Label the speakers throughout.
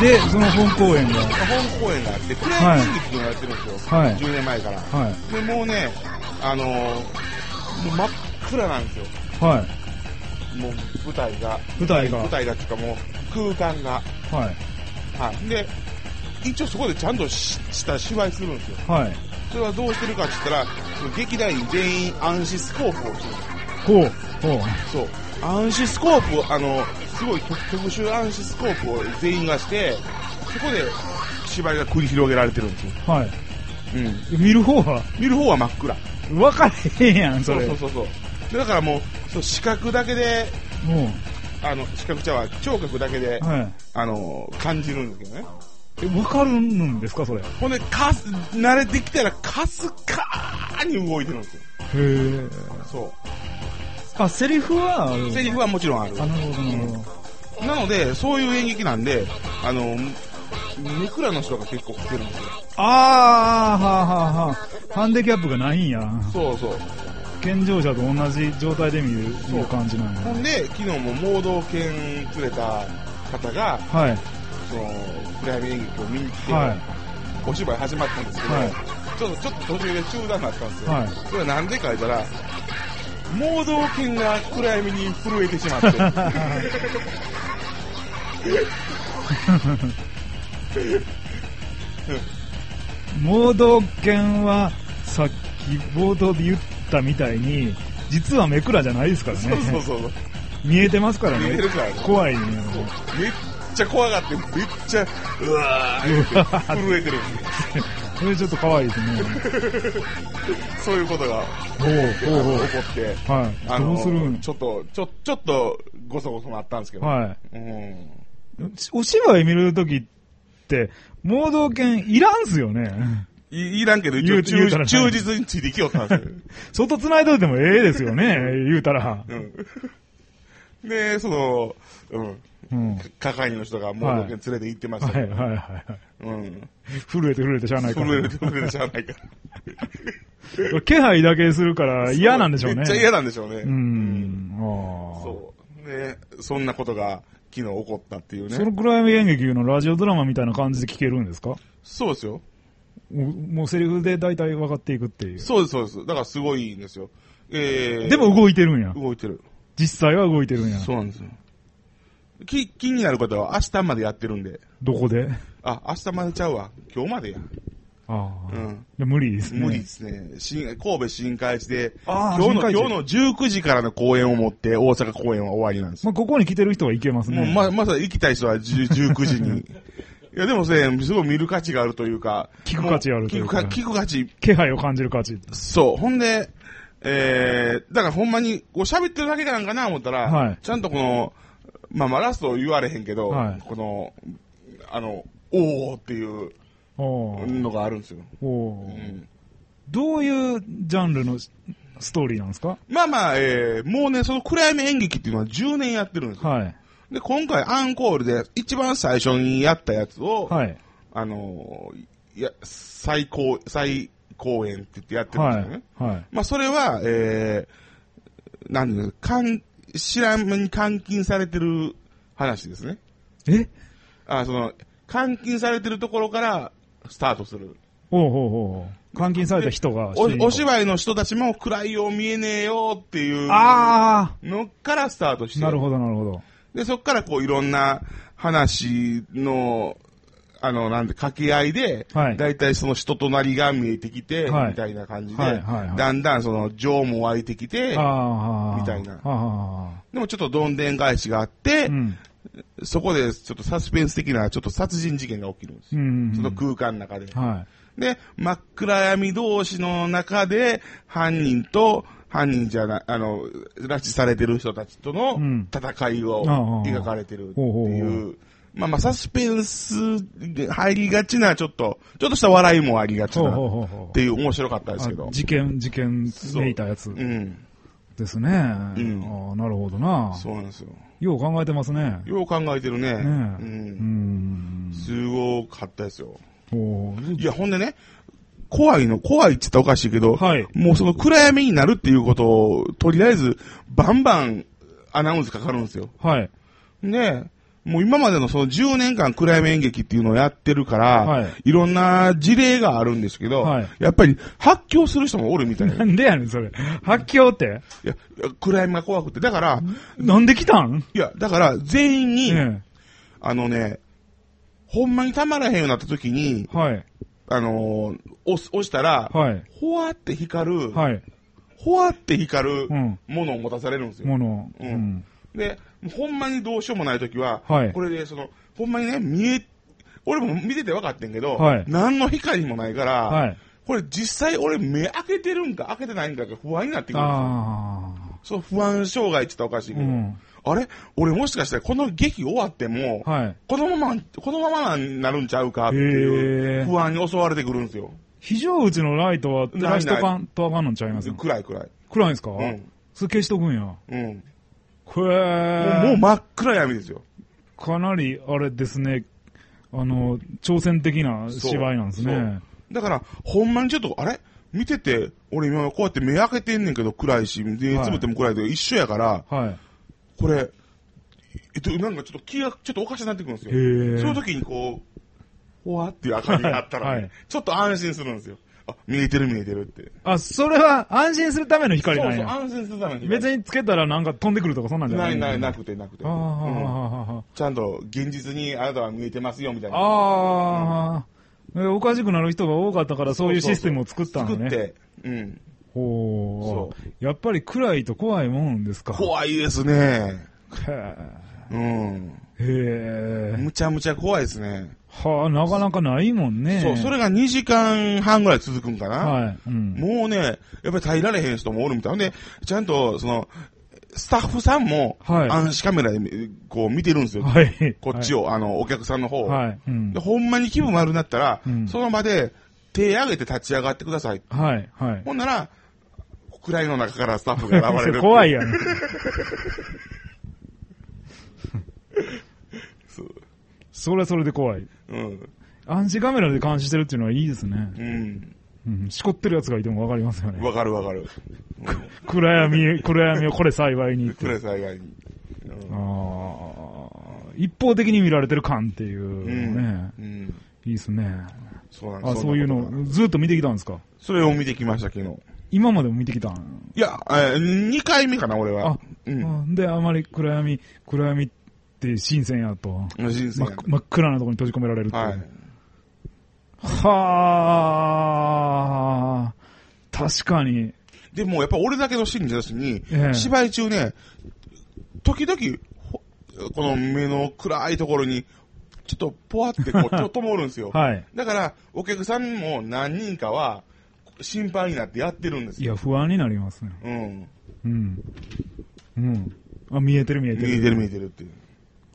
Speaker 1: で、その本公演が、
Speaker 2: 本公演があって、クレ
Speaker 1: は
Speaker 2: ー
Speaker 1: い
Speaker 2: ム演劇っていうのをやってるんですよ。
Speaker 1: はい
Speaker 2: 10年前から。
Speaker 1: は
Speaker 2: で、もうね、あのーもう真っ暗なんですよ。
Speaker 1: い、はい、
Speaker 2: もう舞台が。
Speaker 1: 舞台が
Speaker 2: 舞台がっていうかもう空間が。
Speaker 1: はい、
Speaker 2: はい。で、一応そこでちゃんとしした芝居するんですよ。
Speaker 1: はい、
Speaker 2: それはどうしてるかって言ったら、その劇団員全員暗視スコープをしてる。
Speaker 1: こう、こ
Speaker 2: そう。暗視スコープを、あの、すごい特特殊暗視スコープを全員がして、そこで芝居が繰り広げられてるんですよ。
Speaker 1: う、はい。
Speaker 2: うん。
Speaker 1: 見る方は、
Speaker 2: 見る方は真っ暗。
Speaker 1: 分かれへんやん、そ
Speaker 2: そう
Speaker 1: れ。
Speaker 2: そうそうそう。でだからもう、そう視覚だけで、
Speaker 1: も
Speaker 2: あの、視覚ちゃうわ聴覚だけで
Speaker 1: う、、はい。
Speaker 2: あの、感じるんですけどね。
Speaker 1: え、分かるんですか、それ。へ
Speaker 2: ほんで、かす、慣れてきたら、かすかーに動いてるんですよ。
Speaker 1: え。
Speaker 2: そ
Speaker 1: あ、セリフは、
Speaker 2: う。セリフはもちろんある。
Speaker 1: あ、なるほど、なるほど。
Speaker 2: なので、そういう演劇なんで、あの、ネクラの人が結構来てるんですよ。
Speaker 1: あー、はあはあはあ。ハンディキャップがないんや。
Speaker 2: そうそう。
Speaker 1: 健常者と同じ状態で見る見る感じなん
Speaker 2: ほ
Speaker 1: や。
Speaker 2: んで、昨日も盲導犬連れた方が、
Speaker 1: はい、
Speaker 2: その、暗闇演劇を見に来て、
Speaker 1: は
Speaker 2: お芝居始まったんですけど、
Speaker 1: はい
Speaker 2: ちょっと、ちょっと途中で中断になったんですよ。
Speaker 1: はい
Speaker 2: それはなんでか言ったら、盲導犬が暗闇に震えてしまって、
Speaker 1: い。盲導犬は、さっき冒頭で言ったみたいに、実は目くらじゃないですからね。
Speaker 2: そうそうそうそう。
Speaker 1: 見えてますから
Speaker 2: 見え
Speaker 1: ね
Speaker 2: てるからね。
Speaker 1: 怖いね。
Speaker 2: めっちゃ怖がって、めっちゃ、うわーって震えてる。
Speaker 1: それちょっと可愛いですね。
Speaker 2: そういうことが
Speaker 1: ほうほう
Speaker 2: 起こって、
Speaker 1: ほう。はい。どうするん
Speaker 2: ちょっと、ちょ、ちょっと、ごそごそなったんですけど。
Speaker 1: は
Speaker 2: うん。
Speaker 1: い。お芝居見るときって、盲導犬いらんすよね。
Speaker 2: いいらんけど、一
Speaker 1: 言
Speaker 2: 応
Speaker 1: う言うた
Speaker 2: 忠
Speaker 1: ら
Speaker 2: 忠実についてきよったんですよ。
Speaker 1: 外繋いどいてもええですよね、言うたら。
Speaker 2: うん。で、その、うん。
Speaker 1: うん。は
Speaker 2: 係員の人が盲導犬連れて行ってま
Speaker 1: い
Speaker 2: した
Speaker 1: は
Speaker 2: け
Speaker 1: い
Speaker 2: ど。
Speaker 1: はいはい。
Speaker 2: うん。
Speaker 1: 震えて震えてしゃあないか
Speaker 2: 震える、
Speaker 1: ら。
Speaker 2: 震えるじゃないか。
Speaker 1: 気配だけするから嫌なんでしょうね。
Speaker 2: めっちゃ嫌なんでしょうね。
Speaker 1: う。ん。ああ。
Speaker 2: そう。で、そんなことが昨日起こったっていう
Speaker 1: そ
Speaker 2: ね。
Speaker 1: の暗闇演劇のラジオドラマみたいな感じで聞けるんですか
Speaker 2: そうですよ。
Speaker 1: もうもうセリフで大体分かっていくっていう。
Speaker 2: そうです、そうです。だからすごいんですよ。えー、
Speaker 1: でも動いてるんや。
Speaker 2: 動いてる。
Speaker 1: 実際は動いてるんや。
Speaker 2: そうなんですよ。き、気になる方は明日までやってるんで。
Speaker 1: どこで
Speaker 2: あ、明日までちゃうわ。今日までや。
Speaker 1: ああ、
Speaker 2: うん。
Speaker 1: で無理ですね。
Speaker 2: 無理ですね。新神戸新海地で、
Speaker 1: あ
Speaker 2: 今
Speaker 1: ー新海
Speaker 2: 日の、
Speaker 1: 地
Speaker 2: 今日の19時からの公演をもって、大阪公演は終わりなんです。
Speaker 1: まあ、ここに来てる人はいけますね。
Speaker 2: もうま、まさに行きたい人は10 19時 に。いや、でもね、すごい見る価値があるというか。
Speaker 1: 聞く価値あるというか
Speaker 2: も聞くか聞く価値、
Speaker 1: 気配を感じる価値。
Speaker 2: そう。ほんで、えー、だからほんまに、こう喋ってるだけなんかな思ったら、
Speaker 1: はい
Speaker 2: ちゃんとこの、まあまあラスト言われへんけど、
Speaker 1: はい
Speaker 2: この、あの、おーっていう
Speaker 1: おー
Speaker 2: のがあるんですよ。
Speaker 1: お
Speaker 2: う
Speaker 1: ー
Speaker 2: ん
Speaker 1: どういうジャンルのスストーリーなんですか
Speaker 2: まあまあ、えー、もうね、その暗闇演劇っていうのは10年やってるんですよ。
Speaker 1: はい。
Speaker 2: で、今回アンコールで一番最初にやったやつを、
Speaker 1: はい。
Speaker 2: あのー、いや、最高、最公演って言ってやってるん
Speaker 1: は
Speaker 2: ですよね。
Speaker 1: い。はい。
Speaker 2: まあそれは、えー、なんで、かん、知らん間に監禁されてる話ですね。
Speaker 1: え
Speaker 2: あ、その、監禁されてるところからスタートする。
Speaker 1: おうおうおう監禁された人が主人公。
Speaker 2: おお芝居の人たちも暗いよ、見えねえよっていう
Speaker 1: あ
Speaker 2: のからスタート
Speaker 1: あ
Speaker 2: して。
Speaker 1: なるほど、なるほど。
Speaker 2: で、そこからこういろんな話の、あの、なんで、掛け合いで、
Speaker 1: はい
Speaker 2: だいたいその人となりが見えてきて、
Speaker 1: はい
Speaker 2: みたいな感じで、
Speaker 1: はいはいはい
Speaker 2: だんだんその情も湧いてきて、
Speaker 1: ああ。
Speaker 2: みたいな
Speaker 1: ああ。
Speaker 2: でもちょっとどんでん返しがあって、
Speaker 1: うん。
Speaker 2: そこでちょっとサスペンス的なちょっと殺人事件が起きるんです
Speaker 1: う
Speaker 2: よ。
Speaker 1: ん。
Speaker 2: その空間の中で。
Speaker 1: は
Speaker 2: で、真っ暗闇同士の中で、犯人と、犯人じゃない、あの、拉致されてる人たちとの
Speaker 1: うん
Speaker 2: 戦いを
Speaker 1: ああ
Speaker 2: 描かれてるって
Speaker 1: ほうほう
Speaker 2: いう、まあまあサスペンスで入りがちな、ちょっと、ちょっとした笑いもありが
Speaker 1: い。
Speaker 2: ち
Speaker 1: ほう
Speaker 2: な
Speaker 1: ほうほう
Speaker 2: っ
Speaker 1: ほう
Speaker 2: ていう面白かったですけ
Speaker 1: あ
Speaker 2: けど。
Speaker 1: 事件、事件
Speaker 2: そう
Speaker 1: めいたやつ。
Speaker 2: うん。
Speaker 1: ですね。ああなるほどな。
Speaker 2: そうなんですよ。
Speaker 1: よう考えてますね。
Speaker 2: よう考えてる
Speaker 1: ね
Speaker 2: ね。
Speaker 1: え。う
Speaker 2: う。
Speaker 1: んん。
Speaker 2: すごかったですよ。
Speaker 1: おー
Speaker 2: いや、ほんでね、怖いの、怖いって言ったらおかしいけど、
Speaker 1: はい
Speaker 2: もうその暗闇になるっていうことを、とりあえず、バンバンアナウンスかかるんですよ。
Speaker 1: はい。
Speaker 2: ねえもう今までのその10年間暗闇演劇っていうのをやってるから、
Speaker 1: はい
Speaker 2: い、ろんな事例があるんですけど、
Speaker 1: はい
Speaker 2: やっぱり発狂する人もおるみたいな。い
Speaker 1: なんでやねん、それ。発狂って。
Speaker 2: や、いや暗闇が怖くて。だから、
Speaker 1: なんで来たん
Speaker 2: いや、だから全員
Speaker 1: え
Speaker 2: に、
Speaker 1: え。
Speaker 2: あのね、ほんまにたまらへんようになった時に、
Speaker 1: はい。
Speaker 2: あのー押す押したら、
Speaker 1: はい。
Speaker 2: ほわって光る、
Speaker 1: はい。
Speaker 2: ほわって光る
Speaker 1: うん
Speaker 2: ものを持たされるんですよ。
Speaker 1: もの。
Speaker 2: う
Speaker 1: うんん。
Speaker 2: で、もうほんまにどうしようもないときは、
Speaker 1: はい
Speaker 2: これで、その、ほんまにね、見え、俺も見てて分かってんけど、
Speaker 1: はい
Speaker 2: 何の光もないから、
Speaker 1: はい。
Speaker 2: これ実際俺目開けてるんか開けてないんかが不安になってくるんですよ。
Speaker 1: あ
Speaker 2: そう、不安障害って言ったらおかしい
Speaker 1: あ。
Speaker 2: け
Speaker 1: う
Speaker 2: ど、
Speaker 1: ん。
Speaker 2: あれ俺もしかしたらこの劇終わっても、
Speaker 1: はい。
Speaker 2: このまま、このままになるんちゃうかってい
Speaker 1: へ
Speaker 2: う
Speaker 1: ー
Speaker 2: 不安に襲われてくるんですよ。
Speaker 1: 非常口のライトは照らしとかんとあかんのちゃいます
Speaker 2: 暗い暗い。
Speaker 1: 暗いんですか
Speaker 2: うん。
Speaker 1: それ消しとくんや。
Speaker 2: うん。
Speaker 1: こ
Speaker 2: もうもう
Speaker 1: れ、
Speaker 2: 真っ暗闇ですよ。
Speaker 1: かなり、あれですね、あの、挑戦的な芝居なんです
Speaker 2: そう
Speaker 1: ね。
Speaker 2: だから、ほんまにちょっと、あれ見てて、俺今こうやって目開けてんねんけど暗いし、目
Speaker 1: はい
Speaker 2: つぶっても暗いけど一緒やから、
Speaker 1: はい。
Speaker 2: これ、えっと、なんかちょっと気がちょっとおかしくなってくるんです
Speaker 1: へ
Speaker 2: よ。
Speaker 1: え。
Speaker 2: その時にこう、ほわっていう明かりがあったら、ね
Speaker 1: はいはい
Speaker 2: ちょっと安心するんですよ。あ、見えてる見えてるって。
Speaker 1: あ、それは安心するための
Speaker 2: そう
Speaker 1: 光
Speaker 2: そう、
Speaker 1: なんや。
Speaker 2: 安心するために。
Speaker 1: 別につけたらなんか飛んでくるとかそんなんじゃな
Speaker 2: ないいないな
Speaker 1: く。
Speaker 2: くてなくて。
Speaker 1: あー
Speaker 2: うん
Speaker 1: あ
Speaker 2: ちゃんと現実にあなたは見えてますよみたい
Speaker 1: ー、
Speaker 2: な。
Speaker 1: あーえおかしくなる人が多かったからそういうシステムを作ったの
Speaker 2: 作っ
Speaker 1: ね。
Speaker 2: て、うん。
Speaker 1: ほう。やっぱり暗いと怖いもんですか。
Speaker 2: 怖いですね。
Speaker 1: へ
Speaker 2: うん。
Speaker 1: え。へえ。
Speaker 2: むちゃむちゃ怖いですね。
Speaker 1: はあ、なかなかないもんね。
Speaker 2: そう、それが2時間半ぐらい続くんかな。
Speaker 1: はい。うん。
Speaker 2: もうね、やっぱり耐えられへん人もおるみたい。ほんで、ちゃんと、その、スタッフさんも、
Speaker 1: はい
Speaker 2: 暗視カメラで、こう見てるんですよ。
Speaker 1: はい。
Speaker 2: こっちを、あの、お客さんの方を。
Speaker 1: はい。はい。うん
Speaker 2: で、。ほんまに気分悪なったら、
Speaker 1: うん
Speaker 2: その場で、手上げて立ち上がってください。
Speaker 1: はい。はい。
Speaker 2: ほんなら、暗いの中からスタッフが現れ る。
Speaker 1: 怖いやん。
Speaker 2: そう
Speaker 1: それはそれで怖い。
Speaker 2: うん。
Speaker 1: 暗視カメラで監視してるっていうのはいいですね。
Speaker 2: うん。
Speaker 1: うん。しこってる奴がいてもわかりますよね。
Speaker 2: わかるわかる。
Speaker 1: 暗 闇、暗闇をこれ幸いにって。
Speaker 2: 暗い災害に。うん
Speaker 1: あー一方的に見られてる感っていうね。
Speaker 2: うん。
Speaker 1: いいですね。
Speaker 2: そうなん
Speaker 1: あ、
Speaker 2: んな
Speaker 1: そういう
Speaker 2: ことが
Speaker 1: の、ずっと見てきたんですか
Speaker 2: それを見てきました、昨日。
Speaker 1: 今までも見てきたん
Speaker 2: いや、えー、2回目かな、俺は。
Speaker 1: あ、
Speaker 2: うん。
Speaker 1: あで、あまり暗闇、暗闇って新鮮やと。
Speaker 2: 人生
Speaker 1: 真っ真っ暗なところに閉じ込められるっていう。
Speaker 2: はい。
Speaker 1: はあ、確かに。
Speaker 2: でも、やっぱ俺だけの信者だしに、
Speaker 1: ええ
Speaker 2: 芝居中ね、時々、ほこの目の暗いところに、ちょっとぽわってこ う、と、ともるんですよ。
Speaker 1: はい。
Speaker 2: だから、お客さんも何人かは、心配になってやってるんです
Speaker 1: い
Speaker 2: よ。
Speaker 1: や、不安になりますね。
Speaker 2: う
Speaker 1: う
Speaker 2: ん。
Speaker 1: ん。うん。あ、見えてる見えて
Speaker 2: 見
Speaker 1: る。
Speaker 2: えてる見えてるっていう。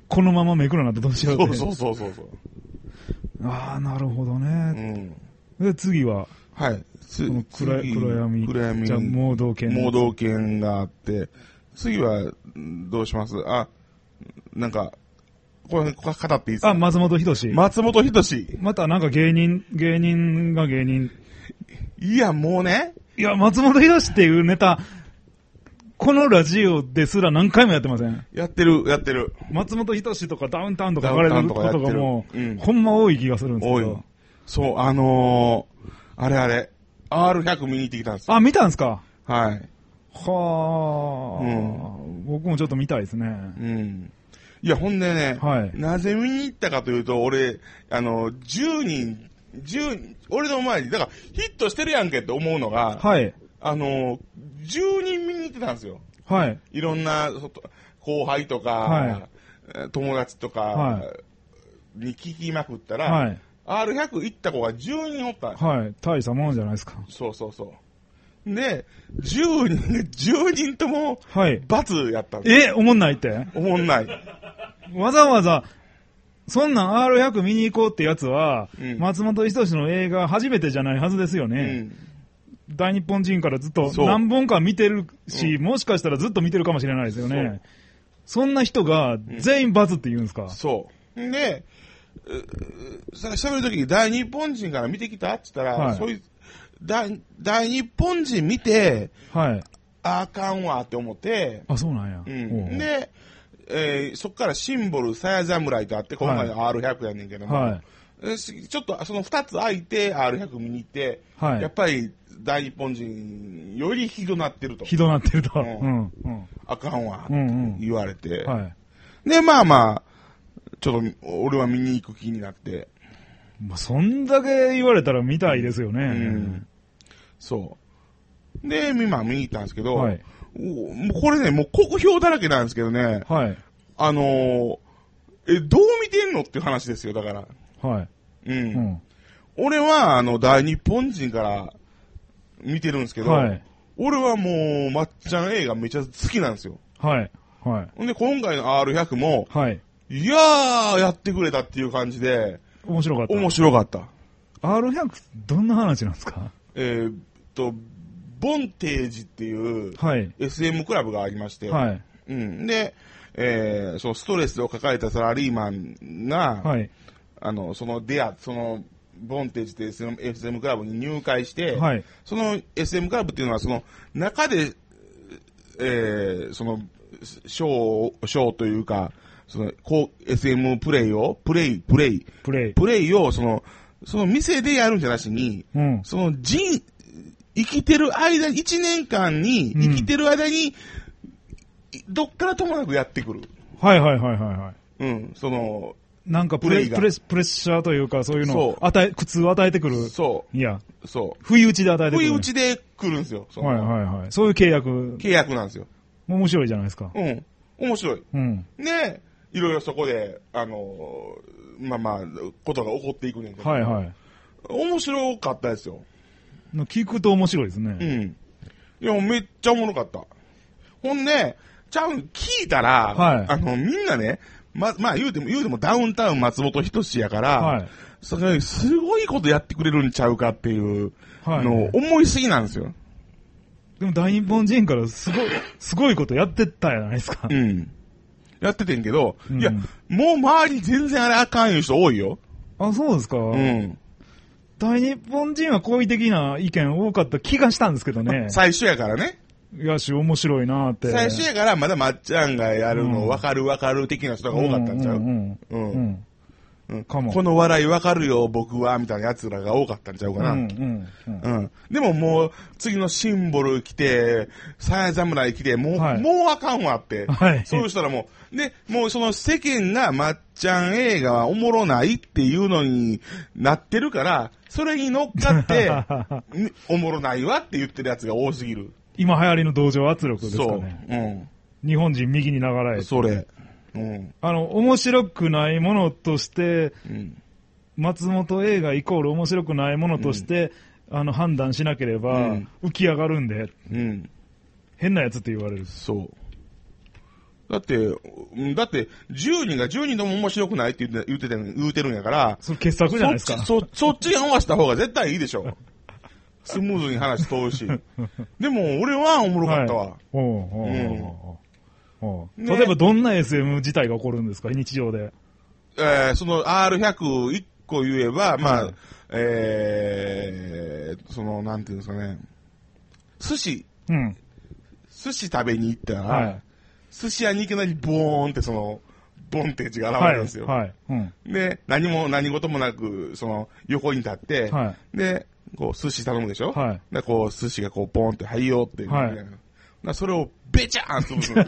Speaker 1: このままめくらなってどうしよう
Speaker 2: そ
Speaker 1: っ
Speaker 2: う
Speaker 1: て。
Speaker 2: そうそうそうそう。
Speaker 1: ああ、なるほど
Speaker 2: う
Speaker 1: ね。
Speaker 2: ん。
Speaker 1: で、次は、
Speaker 2: はい。つ
Speaker 1: この暗
Speaker 2: 次
Speaker 1: 暗闇。
Speaker 2: 暗闇。
Speaker 1: じゃあ、盲導犬。
Speaker 2: 盲導犬があって、次は、んどうしますあ、なんか、これ、こ語っていいですか
Speaker 1: あ、松本人志。ま
Speaker 2: 松本人志。
Speaker 1: たなんか芸人、芸人が芸人。
Speaker 2: いや、もうね、
Speaker 1: いや、松本人志っていうネタ、このラジオですら何回もやってません。
Speaker 2: やってる、やってる。
Speaker 1: 松本人志とかダウンタウンとか書かれてることがもう、
Speaker 2: ダウンタウンとかやってるうん
Speaker 1: ほんま多い気がするんです
Speaker 2: 多
Speaker 1: け
Speaker 2: い
Speaker 1: ど。。
Speaker 2: そう、あのー、あれあれ、R100 見に行ってきたんですよ。
Speaker 1: あ、見たんすか
Speaker 2: はい。
Speaker 1: はあ、僕もちょっと見たいですね。
Speaker 2: うん。いや、ほんでね、
Speaker 1: はい
Speaker 2: なぜ見に行ったかというと、俺、あの、10人、10、俺の前に、だから、ヒットしてるやんけって思うのが、
Speaker 1: はい。
Speaker 2: あの、10人見に行ってたんですよ。
Speaker 1: はい。
Speaker 2: いろんなそ後輩とか、
Speaker 1: はい
Speaker 2: えー友達とか、
Speaker 1: は
Speaker 2: に聞きまくったら、
Speaker 1: はい。
Speaker 2: R100 行った子が10人おったんです
Speaker 1: はい。大したものじゃないですか。
Speaker 2: そうそうそう。で、10人、10人とも、
Speaker 1: はい。
Speaker 2: 罰やったんです。
Speaker 1: え、思んないって
Speaker 2: おもんない。
Speaker 1: わざわざ、そんなん R100 見に行こうってやつは、
Speaker 2: うん
Speaker 1: 松本人志の映画初めてじゃないはずですよ
Speaker 2: う
Speaker 1: ね。
Speaker 2: ん。
Speaker 1: 大日本人からずっと
Speaker 2: そう
Speaker 1: 何本か見てるし、もしかしたらずっと見てるかもしれないですよね。そんな人が全員バズって言うんですか、
Speaker 2: そう。で、うさ喋るときに大日本人から見てきたって言ったら、
Speaker 1: はい
Speaker 2: そういう、大、大日本人見て、
Speaker 1: はい。
Speaker 2: ああかんわって思って、
Speaker 1: あ、そうなんや。
Speaker 2: うん
Speaker 1: おう
Speaker 2: で、えーそっからシンボル、さや侍とあって、今回の R100 やねんけども、
Speaker 1: はい
Speaker 2: えしちょっとその2つ空いて R100 見に行って、
Speaker 1: はい
Speaker 2: やっぱり大日本人よりひどなってると。
Speaker 1: ひどなってると。う
Speaker 2: う
Speaker 1: んん。うん。
Speaker 2: あかんわ、
Speaker 1: うんうん
Speaker 2: 言われて、
Speaker 1: はい。
Speaker 2: で、まあまあ、ちょっと俺は見に行く気になって、
Speaker 1: まあ、そんだけ言われたら見たいですよね。
Speaker 2: うんそう。で、今見に行ったんですけど、
Speaker 1: はい
Speaker 2: おもうこれね、もう国評だらけなんですけどね、
Speaker 1: はい。
Speaker 2: あのーえ、どう見てんのっていう話ですよ、だから。
Speaker 1: はい。
Speaker 2: うん。
Speaker 1: うん。
Speaker 2: 俺は、あの、大日本人から見てるんですけど、
Speaker 1: はい。
Speaker 2: 俺はもう、まっちゃん映画めちゃ好きなんですよ。
Speaker 1: はい。はい。
Speaker 2: ほんで、今回の R100 も、
Speaker 1: はい。
Speaker 2: いやー、やってくれたっていう感じで、
Speaker 1: 面白かった。
Speaker 2: 面白かった。
Speaker 1: R100、どんな話なんですか
Speaker 2: えーっと、ボンテージっていう、
Speaker 1: はい。
Speaker 2: SM クラブがありまして、
Speaker 1: はい。
Speaker 2: うん、で、えーそのストレスを抱えたサラリーマンが、
Speaker 1: はい。
Speaker 2: あのその出会そのボンテージで SM, SM クラブに入会して、
Speaker 1: はい。
Speaker 2: その SM クラブっていうのは、その中で、えーその、ショーを、ショーというか、その、こう、SM プレイを、プレイ、プレイ、
Speaker 1: プレイ。
Speaker 2: プレイを、その、その店でやるんじゃなしに、
Speaker 1: うん。
Speaker 2: その人、生きてる間に、1年間に、
Speaker 1: うん
Speaker 2: 生きてる間に、いどっからともなくやってくる。
Speaker 1: はいはいはいはいはい。
Speaker 2: うん、その、
Speaker 1: なんかプ
Speaker 2: プレ
Speaker 1: レ
Speaker 2: イが
Speaker 1: プレスプレッシャーというか、そういうの
Speaker 2: そう
Speaker 1: を与え、苦痛を与えてくる。
Speaker 2: そ
Speaker 1: いや、
Speaker 2: う、そ
Speaker 1: 不意打ちで与え
Speaker 2: う。
Speaker 1: てく
Speaker 2: 不
Speaker 1: る。
Speaker 2: 意打ちで来るんですよ。その
Speaker 1: はいはいはい。そういう契約、
Speaker 2: 契約なんですよ。
Speaker 1: 面白いじゃないですか。
Speaker 2: うん、面白い。
Speaker 1: うん。
Speaker 2: ね、いろいろそこで、あのーまあまあ、ことが起こっていくねんけど、
Speaker 1: はいはい。
Speaker 2: 面白かったですよ。
Speaker 1: の聞くと面白いです
Speaker 2: う
Speaker 1: ね。
Speaker 2: ん。いや、めっちゃおもろかった。ほんで、ちゃん、聞いたら、
Speaker 1: はい
Speaker 2: あの、みんなね、ま、まあ言うても、言うてもダウンタウン松本人志やから、
Speaker 1: はい
Speaker 2: それすごいことやってくれるんちゃうかっていう
Speaker 1: はい
Speaker 2: のを思いすぎなんですよ。
Speaker 1: でも大日本人からすごい、すごいことやってったじゃないですか。
Speaker 2: うん。やっててんけど、
Speaker 1: うん
Speaker 2: いや、もう周り全然あれあかんいう人多いよ。
Speaker 1: あ、そうですか。
Speaker 2: うん。
Speaker 1: 大日本人は好意的な意見多かった気がしたんですけどね。
Speaker 2: 最初やからね。
Speaker 1: いやし、面白いなーって。
Speaker 2: 最初やから、まだまっちゃんがやるの分かる分かる的な人が多かったんちゃう、
Speaker 1: うんうんうん。
Speaker 2: うん
Speaker 1: うん。かも。
Speaker 2: この笑い分かるよ、僕は、みたいな奴らが多かったんちゃうかな。
Speaker 1: う
Speaker 2: うんん。
Speaker 1: うんうん。
Speaker 2: でももう、次のシンボル来て、さや侍来て、もう、
Speaker 1: はい
Speaker 2: もうあかんわって。
Speaker 1: はい
Speaker 2: そうしたらもう、で、もうその世間がまっちゃん映画はおもろないっていうのになってるから、それに乗っ かって、んおもろないわって言ってる奴が多すぎる。
Speaker 1: 今流行りの同情圧力ですか
Speaker 2: そう。
Speaker 1: ね。日本人右に流
Speaker 2: うん。
Speaker 1: れ。
Speaker 2: それ。うん。
Speaker 1: あの、面白くないものとして、
Speaker 2: うん。
Speaker 1: 松本映画イコール面白くないものとして、あの、判断しなければ、
Speaker 2: うん
Speaker 1: 浮き上がるんで、
Speaker 2: うん。
Speaker 1: 変なやつって言われる。
Speaker 2: そう。だって、うんだって、10人が10人とも面白くないって言って言ってた言うてるんやから、
Speaker 1: それ傑作じゃないです
Speaker 2: そっ
Speaker 1: か。
Speaker 2: ち、そそっちに合わせた方が絶対いいでし ょ。スムーズに話通るし。でも、俺はおもろかったわ。
Speaker 1: はい、おうおうおうおうおう
Speaker 2: ね
Speaker 1: 例えばどんな SM 事態が起こるんですか、日常で。
Speaker 2: えーその R101 個言えば、まあ、
Speaker 1: はい
Speaker 2: えーその、なんていうんですかね、寿司、
Speaker 1: うん。
Speaker 2: 寿司食べに行ったら、
Speaker 1: は
Speaker 2: 寿司屋にいきなりボーンってその、ボンテージが
Speaker 1: い。
Speaker 2: 現れ
Speaker 1: は
Speaker 2: るん
Speaker 1: い
Speaker 2: です。よ。
Speaker 1: はい。うん。
Speaker 2: で、何も、何事もなく、その、横に立って、
Speaker 1: は
Speaker 2: で、こう、寿司頼むでしょ
Speaker 1: はい
Speaker 2: で、こう、寿司がこう、ポンって、はいよって、
Speaker 1: はい
Speaker 2: みたいな。なそれを、べちゃーん潰すんですよ。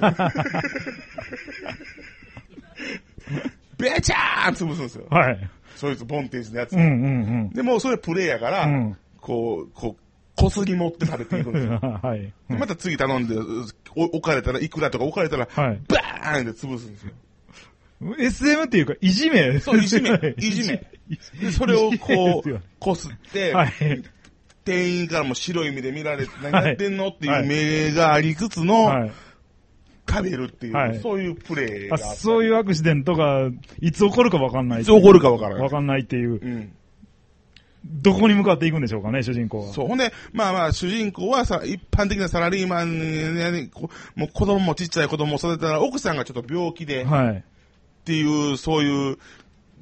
Speaker 2: べちゃーん潰すんですよ。
Speaker 1: い。はい。
Speaker 2: そいつ、ボンテージのやつ。
Speaker 1: うんうん
Speaker 2: で、もうそれプレイやから、
Speaker 1: うん
Speaker 2: こう、こう、こすり持って食べていくん
Speaker 1: う
Speaker 2: です
Speaker 1: ん。
Speaker 2: よ。
Speaker 1: はい。
Speaker 2: でまた次頼んで、お置かれたら、いくらとか置かれたら、
Speaker 1: はい
Speaker 2: バーンって潰すんですよ。
Speaker 1: SM っていうか、いじめ。
Speaker 2: そう、いじめ、 いじめ。でそれをこう、こすって、
Speaker 1: はい。
Speaker 2: 店員からも白い目で見られて、何やってんのって
Speaker 1: はいいう
Speaker 2: 目がありつつの、
Speaker 1: はい。
Speaker 2: 食べるっていう、
Speaker 1: はい
Speaker 2: そういうプレイが
Speaker 1: あ、
Speaker 2: あった。
Speaker 1: そういうアクシデントが、いつ起こるかわかんない。
Speaker 2: いつ起こるかわからない
Speaker 1: わかんないっていう。
Speaker 2: うん。
Speaker 1: どこに向かっていくんでしょうかね、主人公は。
Speaker 2: そう。ほんで、まあまあ、主人公はさ、一般的なサラリーマンに、こもう子供もちっちゃい子供を育てたら、奥さんがちょっと病気で、っ
Speaker 1: はい。
Speaker 2: ていう、そういう、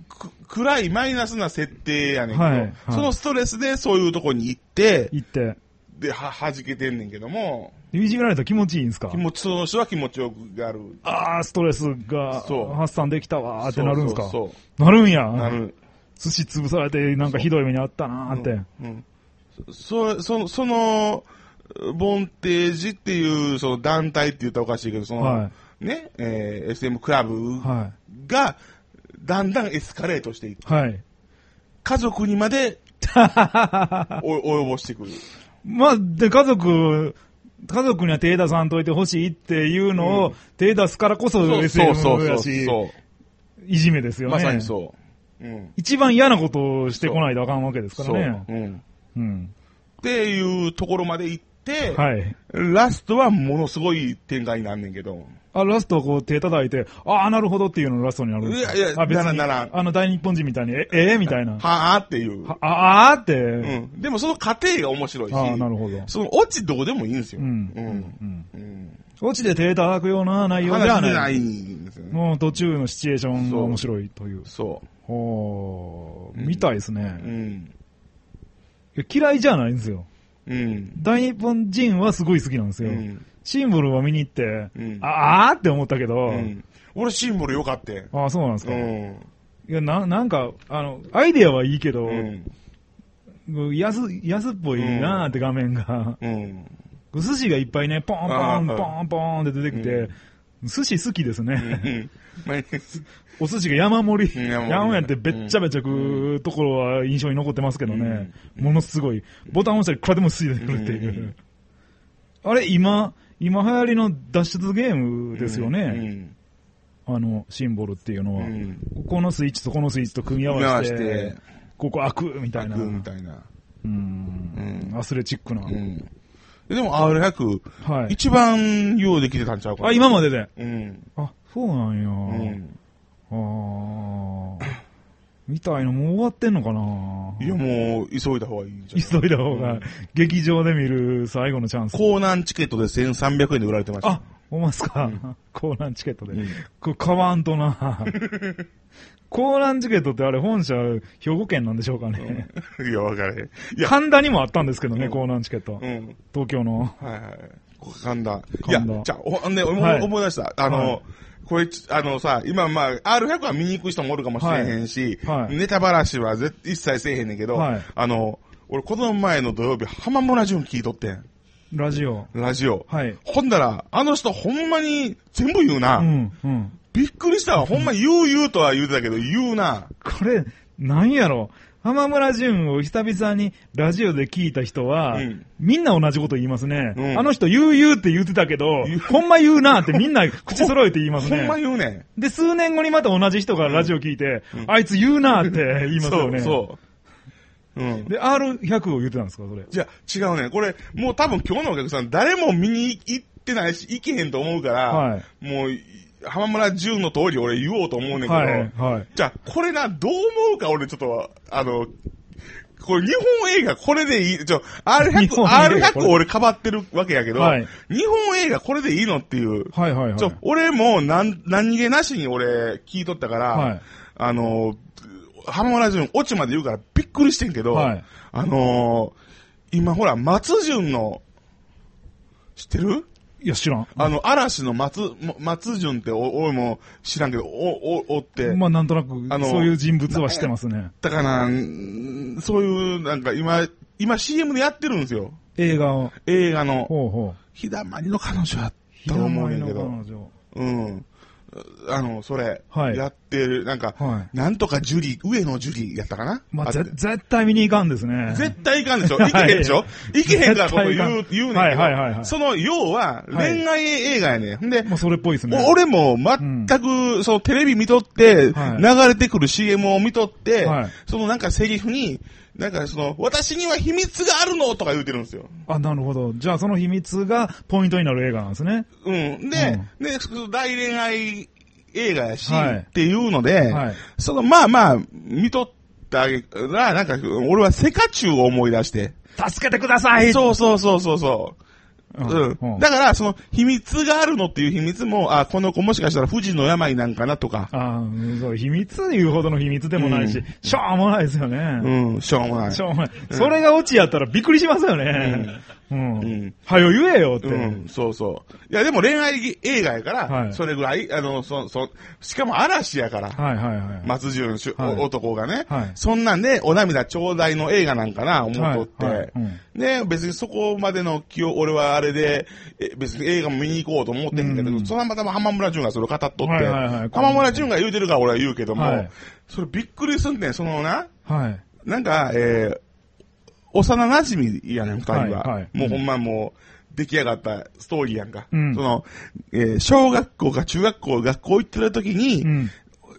Speaker 2: く暗いマイナスな設定やねんけど、
Speaker 1: はいはい
Speaker 2: そのストレスでそういうとこに行って、
Speaker 1: 行って。
Speaker 2: で、は、弾けてんねんけども、
Speaker 1: いじめられたら気持ちいいんですか
Speaker 2: 気持ち、その人は気持ちよくやる。
Speaker 1: ああ、ストレスが
Speaker 2: そう
Speaker 1: 発散できたわーってなるんですか
Speaker 2: そうそう
Speaker 1: なるんや。
Speaker 2: そうなる。
Speaker 1: 寿司潰されてなんかひどい目にあったなーって。
Speaker 2: うん。そ、そ、その、ボンテージっていう、その団体って言ったらおかしいけど、その、
Speaker 1: は
Speaker 2: ね、えー SM クラブ
Speaker 1: は
Speaker 2: が、だんだんエスカレートしていく。
Speaker 1: い。はい。
Speaker 2: 家族に まで、お、及ぼしてくる。
Speaker 1: まあ、で、家族、家族には手出さんといてほしいっていうのを、手出すからこそ SM やし、
Speaker 2: そ
Speaker 1: いじめです
Speaker 2: う。
Speaker 1: よね。
Speaker 2: まさにそう。うん。
Speaker 1: 一番嫌なことをしてこないとあかんわけですか
Speaker 2: そう。
Speaker 1: らね。
Speaker 2: うん。
Speaker 1: うん。
Speaker 2: っていうところまで行って、
Speaker 1: はい。
Speaker 2: ラストはものすごい展開になんねんけど。
Speaker 1: あ、ラストをこう手叩いて、ああ、なるほどっていうのがラストになるんですか
Speaker 2: いやいや
Speaker 1: あ、別に
Speaker 2: ならんならん
Speaker 1: あの、大日本人みたいに、え、ええみたいな。
Speaker 2: はぁっていう。
Speaker 1: はああーって、
Speaker 2: うん。でもその過程が面白いし。
Speaker 1: ああ、なるほど。
Speaker 2: そのオチどうでもいいんですよ。
Speaker 1: うん
Speaker 2: うん。
Speaker 1: ん。
Speaker 2: うん。
Speaker 1: 落ちで手叩くような内容じゃな
Speaker 2: 話で
Speaker 1: い。
Speaker 2: ないんですよね。
Speaker 1: もう途中のシチュエーションが面白いという。
Speaker 2: そ
Speaker 1: ほー、みたいですね
Speaker 2: う。う、ん。
Speaker 1: いや嫌いじゃないんですよ。
Speaker 2: うん。
Speaker 1: 大日本人はすごい好きなんです
Speaker 2: う
Speaker 1: よ。
Speaker 2: ん。
Speaker 1: シンボルは見に行って、
Speaker 2: うん
Speaker 1: ああーって思ったけど、
Speaker 2: うん。俺シンボル良かったよ。
Speaker 1: ああ、そうなんです
Speaker 2: う
Speaker 1: か。い
Speaker 2: ん。
Speaker 1: やな、なんか、あの、アイデアはいいけど、
Speaker 2: うん。
Speaker 1: 安、安っぽいなーって画面が。
Speaker 2: うん。
Speaker 1: 寿司がいっぱいね、ポンポ
Speaker 2: あ
Speaker 1: ン、
Speaker 2: ー
Speaker 1: ポンポンって出てきて、寿司好きです
Speaker 2: う
Speaker 1: ね。
Speaker 2: ん。 まあいいです
Speaker 1: お寿司が山盛り。
Speaker 2: うん山盛り
Speaker 1: 山やってべっちゃべちゃ食うところは印象に残ってますけどね。ものすごい。ボタン押したらいくらでも寿司出てくるっていうう。あれ、今、今流行りの脱出ゲームですよ
Speaker 2: う
Speaker 1: ね。
Speaker 2: ん。
Speaker 1: あの、シンボルっていうの
Speaker 2: う
Speaker 1: は。
Speaker 2: ん。
Speaker 1: ここのスイッチとこのスイッチと組み合
Speaker 2: 組み合
Speaker 1: わ
Speaker 2: わ
Speaker 1: せ
Speaker 2: せ
Speaker 1: て
Speaker 2: て、
Speaker 1: ここ開くみたいな。
Speaker 2: グーみ
Speaker 1: う
Speaker 2: たいな。
Speaker 1: ん。アスレチックな
Speaker 2: う。ん。でも R100、
Speaker 1: はい。
Speaker 2: 一番用できてたんちゃうかな
Speaker 1: あ、今までで。
Speaker 2: うん。
Speaker 1: あ、そうなんや。
Speaker 2: うん。
Speaker 1: ああ。みたいな、もう終わってんのかない
Speaker 2: やもう、急いだ方がいいんじゃない
Speaker 1: 急いだ方が、劇場で見る最後のチャンス。
Speaker 2: コーナンチケットで1300円で売られてました。
Speaker 1: あ、ほんまっすか。コーランチケットで
Speaker 2: うん。
Speaker 1: これ買わんと な。コーランチケットってあれ本社、兵庫県なんでしょうかね。
Speaker 2: いや、わかれへん。いや、
Speaker 1: 神田にもあったんですけどね、
Speaker 2: うん
Speaker 1: コーランチケット
Speaker 2: う。ん。
Speaker 1: 東京の。
Speaker 2: はいはい。噛んだ。い
Speaker 1: 噛
Speaker 2: や
Speaker 1: んだ、
Speaker 2: じゃあ、ほんで、思い
Speaker 1: はい
Speaker 2: 思い出した。あの、
Speaker 1: はい
Speaker 2: これ、あのさ、今まあ、R100 は見に行く人もおるかもしれへんし、
Speaker 1: はいはい
Speaker 2: ネタばらしは絶一切せえへんねんけど、
Speaker 1: はい
Speaker 2: あの、俺、この前の土曜日、浜村淳聞いとってん。
Speaker 1: ラジオ。
Speaker 2: ラジオ。
Speaker 1: はい。
Speaker 2: ほんだら、あの人ほんまに全部言うな。
Speaker 1: うん、うん。
Speaker 2: びっくりしたわ。ほんま言う言うとは言うてたけど、言うな。
Speaker 1: これ、なんやろ浜村淳を久々にラジオで聞いた人は、
Speaker 2: うん
Speaker 1: みんな同じこと言いますね。
Speaker 2: うん
Speaker 1: あの人言う言うって言ってたけど
Speaker 2: 言う、
Speaker 1: ほんま言うなってみんな口揃えて言います
Speaker 2: ほん
Speaker 1: ね
Speaker 2: ま。言うねん。
Speaker 1: で、数年後にまた同じ人がラジオ聞いて、あいつ言うなって言いますよね。
Speaker 2: そう、そう。うん。
Speaker 1: で、R100 を言ってたんですか、それ。
Speaker 2: じゃ違うね。これ、もう多分今日のお客さん、誰も見に行ってないし、行けへんと思うから、
Speaker 1: はい
Speaker 2: もう、い浜村淳の通り俺言おうと思うねんけど、
Speaker 1: はい、はい。
Speaker 2: じゃあ、これな、どう思うか俺ちょっと、あの、これ日本映画これでいい、ちょ、R100、
Speaker 1: 日本映画こ
Speaker 2: R100
Speaker 1: れ
Speaker 2: 俺かばってるわけやけど、
Speaker 1: はい
Speaker 2: 日本映画これでいいのっていう。
Speaker 1: はい、はい、はい。
Speaker 2: ちょ、俺もなん、何気なしに俺聞いとったから、
Speaker 1: はい
Speaker 2: あの、浜村淳、オチまで言うからびっくりしてんけど、
Speaker 1: はい
Speaker 2: あのー今ほら、松潤の、知ってる
Speaker 1: いや、知らん。
Speaker 2: あの、嵐の松、も松潤ってお、俺も知らんけど、お、お、おって、
Speaker 1: まあ、なんとなく
Speaker 2: あ、の
Speaker 1: そういう人物は知ってますね。
Speaker 2: だから、んそういう、なんか今、今 CM でやってるんですよ。
Speaker 1: 映画を。
Speaker 2: 映画の、
Speaker 1: ほうほう。
Speaker 2: ひだまりの彼女やったと思うねんけ
Speaker 1: 平
Speaker 2: ど
Speaker 1: 前。の
Speaker 2: うん。あの、それ、
Speaker 1: はい
Speaker 2: やってる、なんか、
Speaker 1: は
Speaker 2: なんとかジュリー、上野ジュリーやったかな、
Speaker 1: 彼女。まあ、
Speaker 2: あって
Speaker 1: ぜ絶対見に行かんですね。
Speaker 2: 絶対いかん でしょいけへんでしょいけへんからこそ
Speaker 1: 絶対いかん
Speaker 2: 言う、言うねんけど、
Speaker 1: はいはいはいはい
Speaker 2: その、要は、
Speaker 1: はい
Speaker 2: 恋愛映画やねん。ほんで
Speaker 1: ま、あ、それっぽいですね。
Speaker 2: お俺も全く、そのテレビ見とって、
Speaker 1: はい
Speaker 2: 流れてくる CM を見とって、
Speaker 1: はい
Speaker 2: そのなんかセリフに、なんかその、私には秘密があるのとか言うてるんですよ。
Speaker 1: あ、なるほど。じゃあその秘密がポイントになる映画なんですね。
Speaker 2: うん。で、で、大恋愛映画やし、
Speaker 1: はい
Speaker 2: っていうので、
Speaker 1: はい
Speaker 2: その、まあまあ、見とっったら、なんか、俺はセカチュウを思い出して。
Speaker 1: 助けてください
Speaker 2: そうそうそうそうそう。
Speaker 1: うん
Speaker 2: うん。だから、その、秘密があるのっていう秘密も、あ、この子もしかしたら富士の病なんかなとか、
Speaker 1: あーそう秘密言うほどの秘密でもないし、
Speaker 2: うん
Speaker 1: しょうもないですよね。
Speaker 2: うん、しょうもない
Speaker 1: し。ょうもない。それがオチやったらびっくりしますよね。うん。
Speaker 2: うん
Speaker 1: はよ言えよって。
Speaker 2: うん、そうそう。いや、でも恋愛映画やから、
Speaker 1: はい
Speaker 2: それぐらい、あの、そ、そ、しかも嵐やから、
Speaker 1: はいはいはい。
Speaker 2: 松潤主、
Speaker 1: はい
Speaker 2: 男がね、
Speaker 1: はい
Speaker 2: そんなんで、お涙ちょうだいの映画なんかな、思っとって。
Speaker 1: はいはいうん
Speaker 2: ね、別にそこまでの記憶、俺はあれで、え別に映画も見に行こうと思ってんけど、
Speaker 1: うん
Speaker 2: そのまたま浜村淳がそれを語っとって、
Speaker 1: はいはいはい
Speaker 2: 浜村淳が言うてるから俺は言うけども、
Speaker 1: はい
Speaker 2: それびっくりすんねん、そのな、
Speaker 1: はい。
Speaker 2: なんか、えー、幼馴染やねん、二人は。
Speaker 1: はいはい
Speaker 2: もうほんまもう、出来上がったストーリーやんか。
Speaker 1: うん
Speaker 2: その、えー小学校か中学校、学校行ってる時に、
Speaker 1: うん。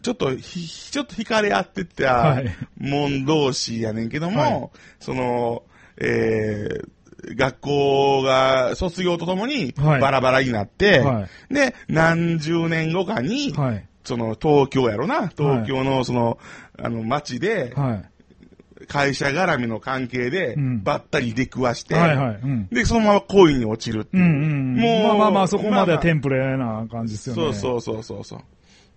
Speaker 2: ちょっとひ、ちょっと惹かれ合ってた
Speaker 1: はい、
Speaker 2: もん同士やねんけども、
Speaker 1: はい
Speaker 2: その、えー、学校が卒業とともに、
Speaker 1: は
Speaker 2: バ
Speaker 1: い
Speaker 2: ラバラになって、
Speaker 1: は
Speaker 2: で、何十年後かに、
Speaker 1: はい。
Speaker 2: その、東京やろな、東京のその、あの、街で、
Speaker 1: はい。
Speaker 2: 会社絡みの関係で
Speaker 1: う、ん
Speaker 2: ばったり出くわして、
Speaker 1: はいはい。うん。
Speaker 2: で、そのまま恋に落ちるって
Speaker 1: う
Speaker 2: い
Speaker 1: ん
Speaker 2: う。
Speaker 1: うん。
Speaker 2: も
Speaker 1: まあ
Speaker 2: う
Speaker 1: まあまあ、そこまで
Speaker 2: まあまあ
Speaker 1: はテンプレな感じですよね。
Speaker 2: そうそうそうそうそ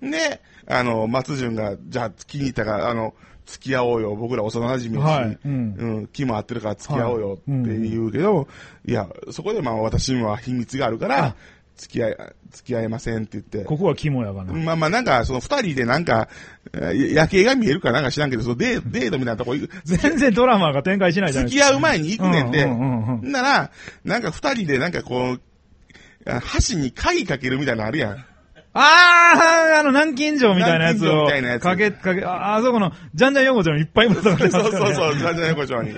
Speaker 2: う。で、あの、松潤が、じゃあ気に入ったから、あの、付き合おうよ。僕ら幼馴染みだし、
Speaker 1: はいうん
Speaker 2: うん、気も合ってるから付き合おうよって言うけど、いや、そこでまあ私には秘密があるから
Speaker 1: あ、
Speaker 2: 付き合い、付き合えませんって言って。
Speaker 1: ここは肝やがな。
Speaker 2: まあまあなんか、その二人でなんか、えー夜景が見えるかなんか知らんけど、そのデーデートみたいなとこ行く、
Speaker 1: 全然ドラマが展開しないじゃな
Speaker 2: 付
Speaker 1: い
Speaker 2: き合う前に行くねんで、
Speaker 1: うんうんうんうん
Speaker 2: なら、なんか二人でなんかこう、あ箸に鍵かけるみたいなのあるやん。
Speaker 1: あー、あの、南京錠みたいなやつ
Speaker 2: 南京錠
Speaker 1: を、
Speaker 2: みたいなやつ
Speaker 1: かけ、かけ、ああそこの、じゃんじゃん横丁にいっぱいぶら下が
Speaker 2: そう
Speaker 1: ってます
Speaker 2: そ
Speaker 1: よ
Speaker 2: う
Speaker 1: ね
Speaker 2: そう、ラジオ横丁に。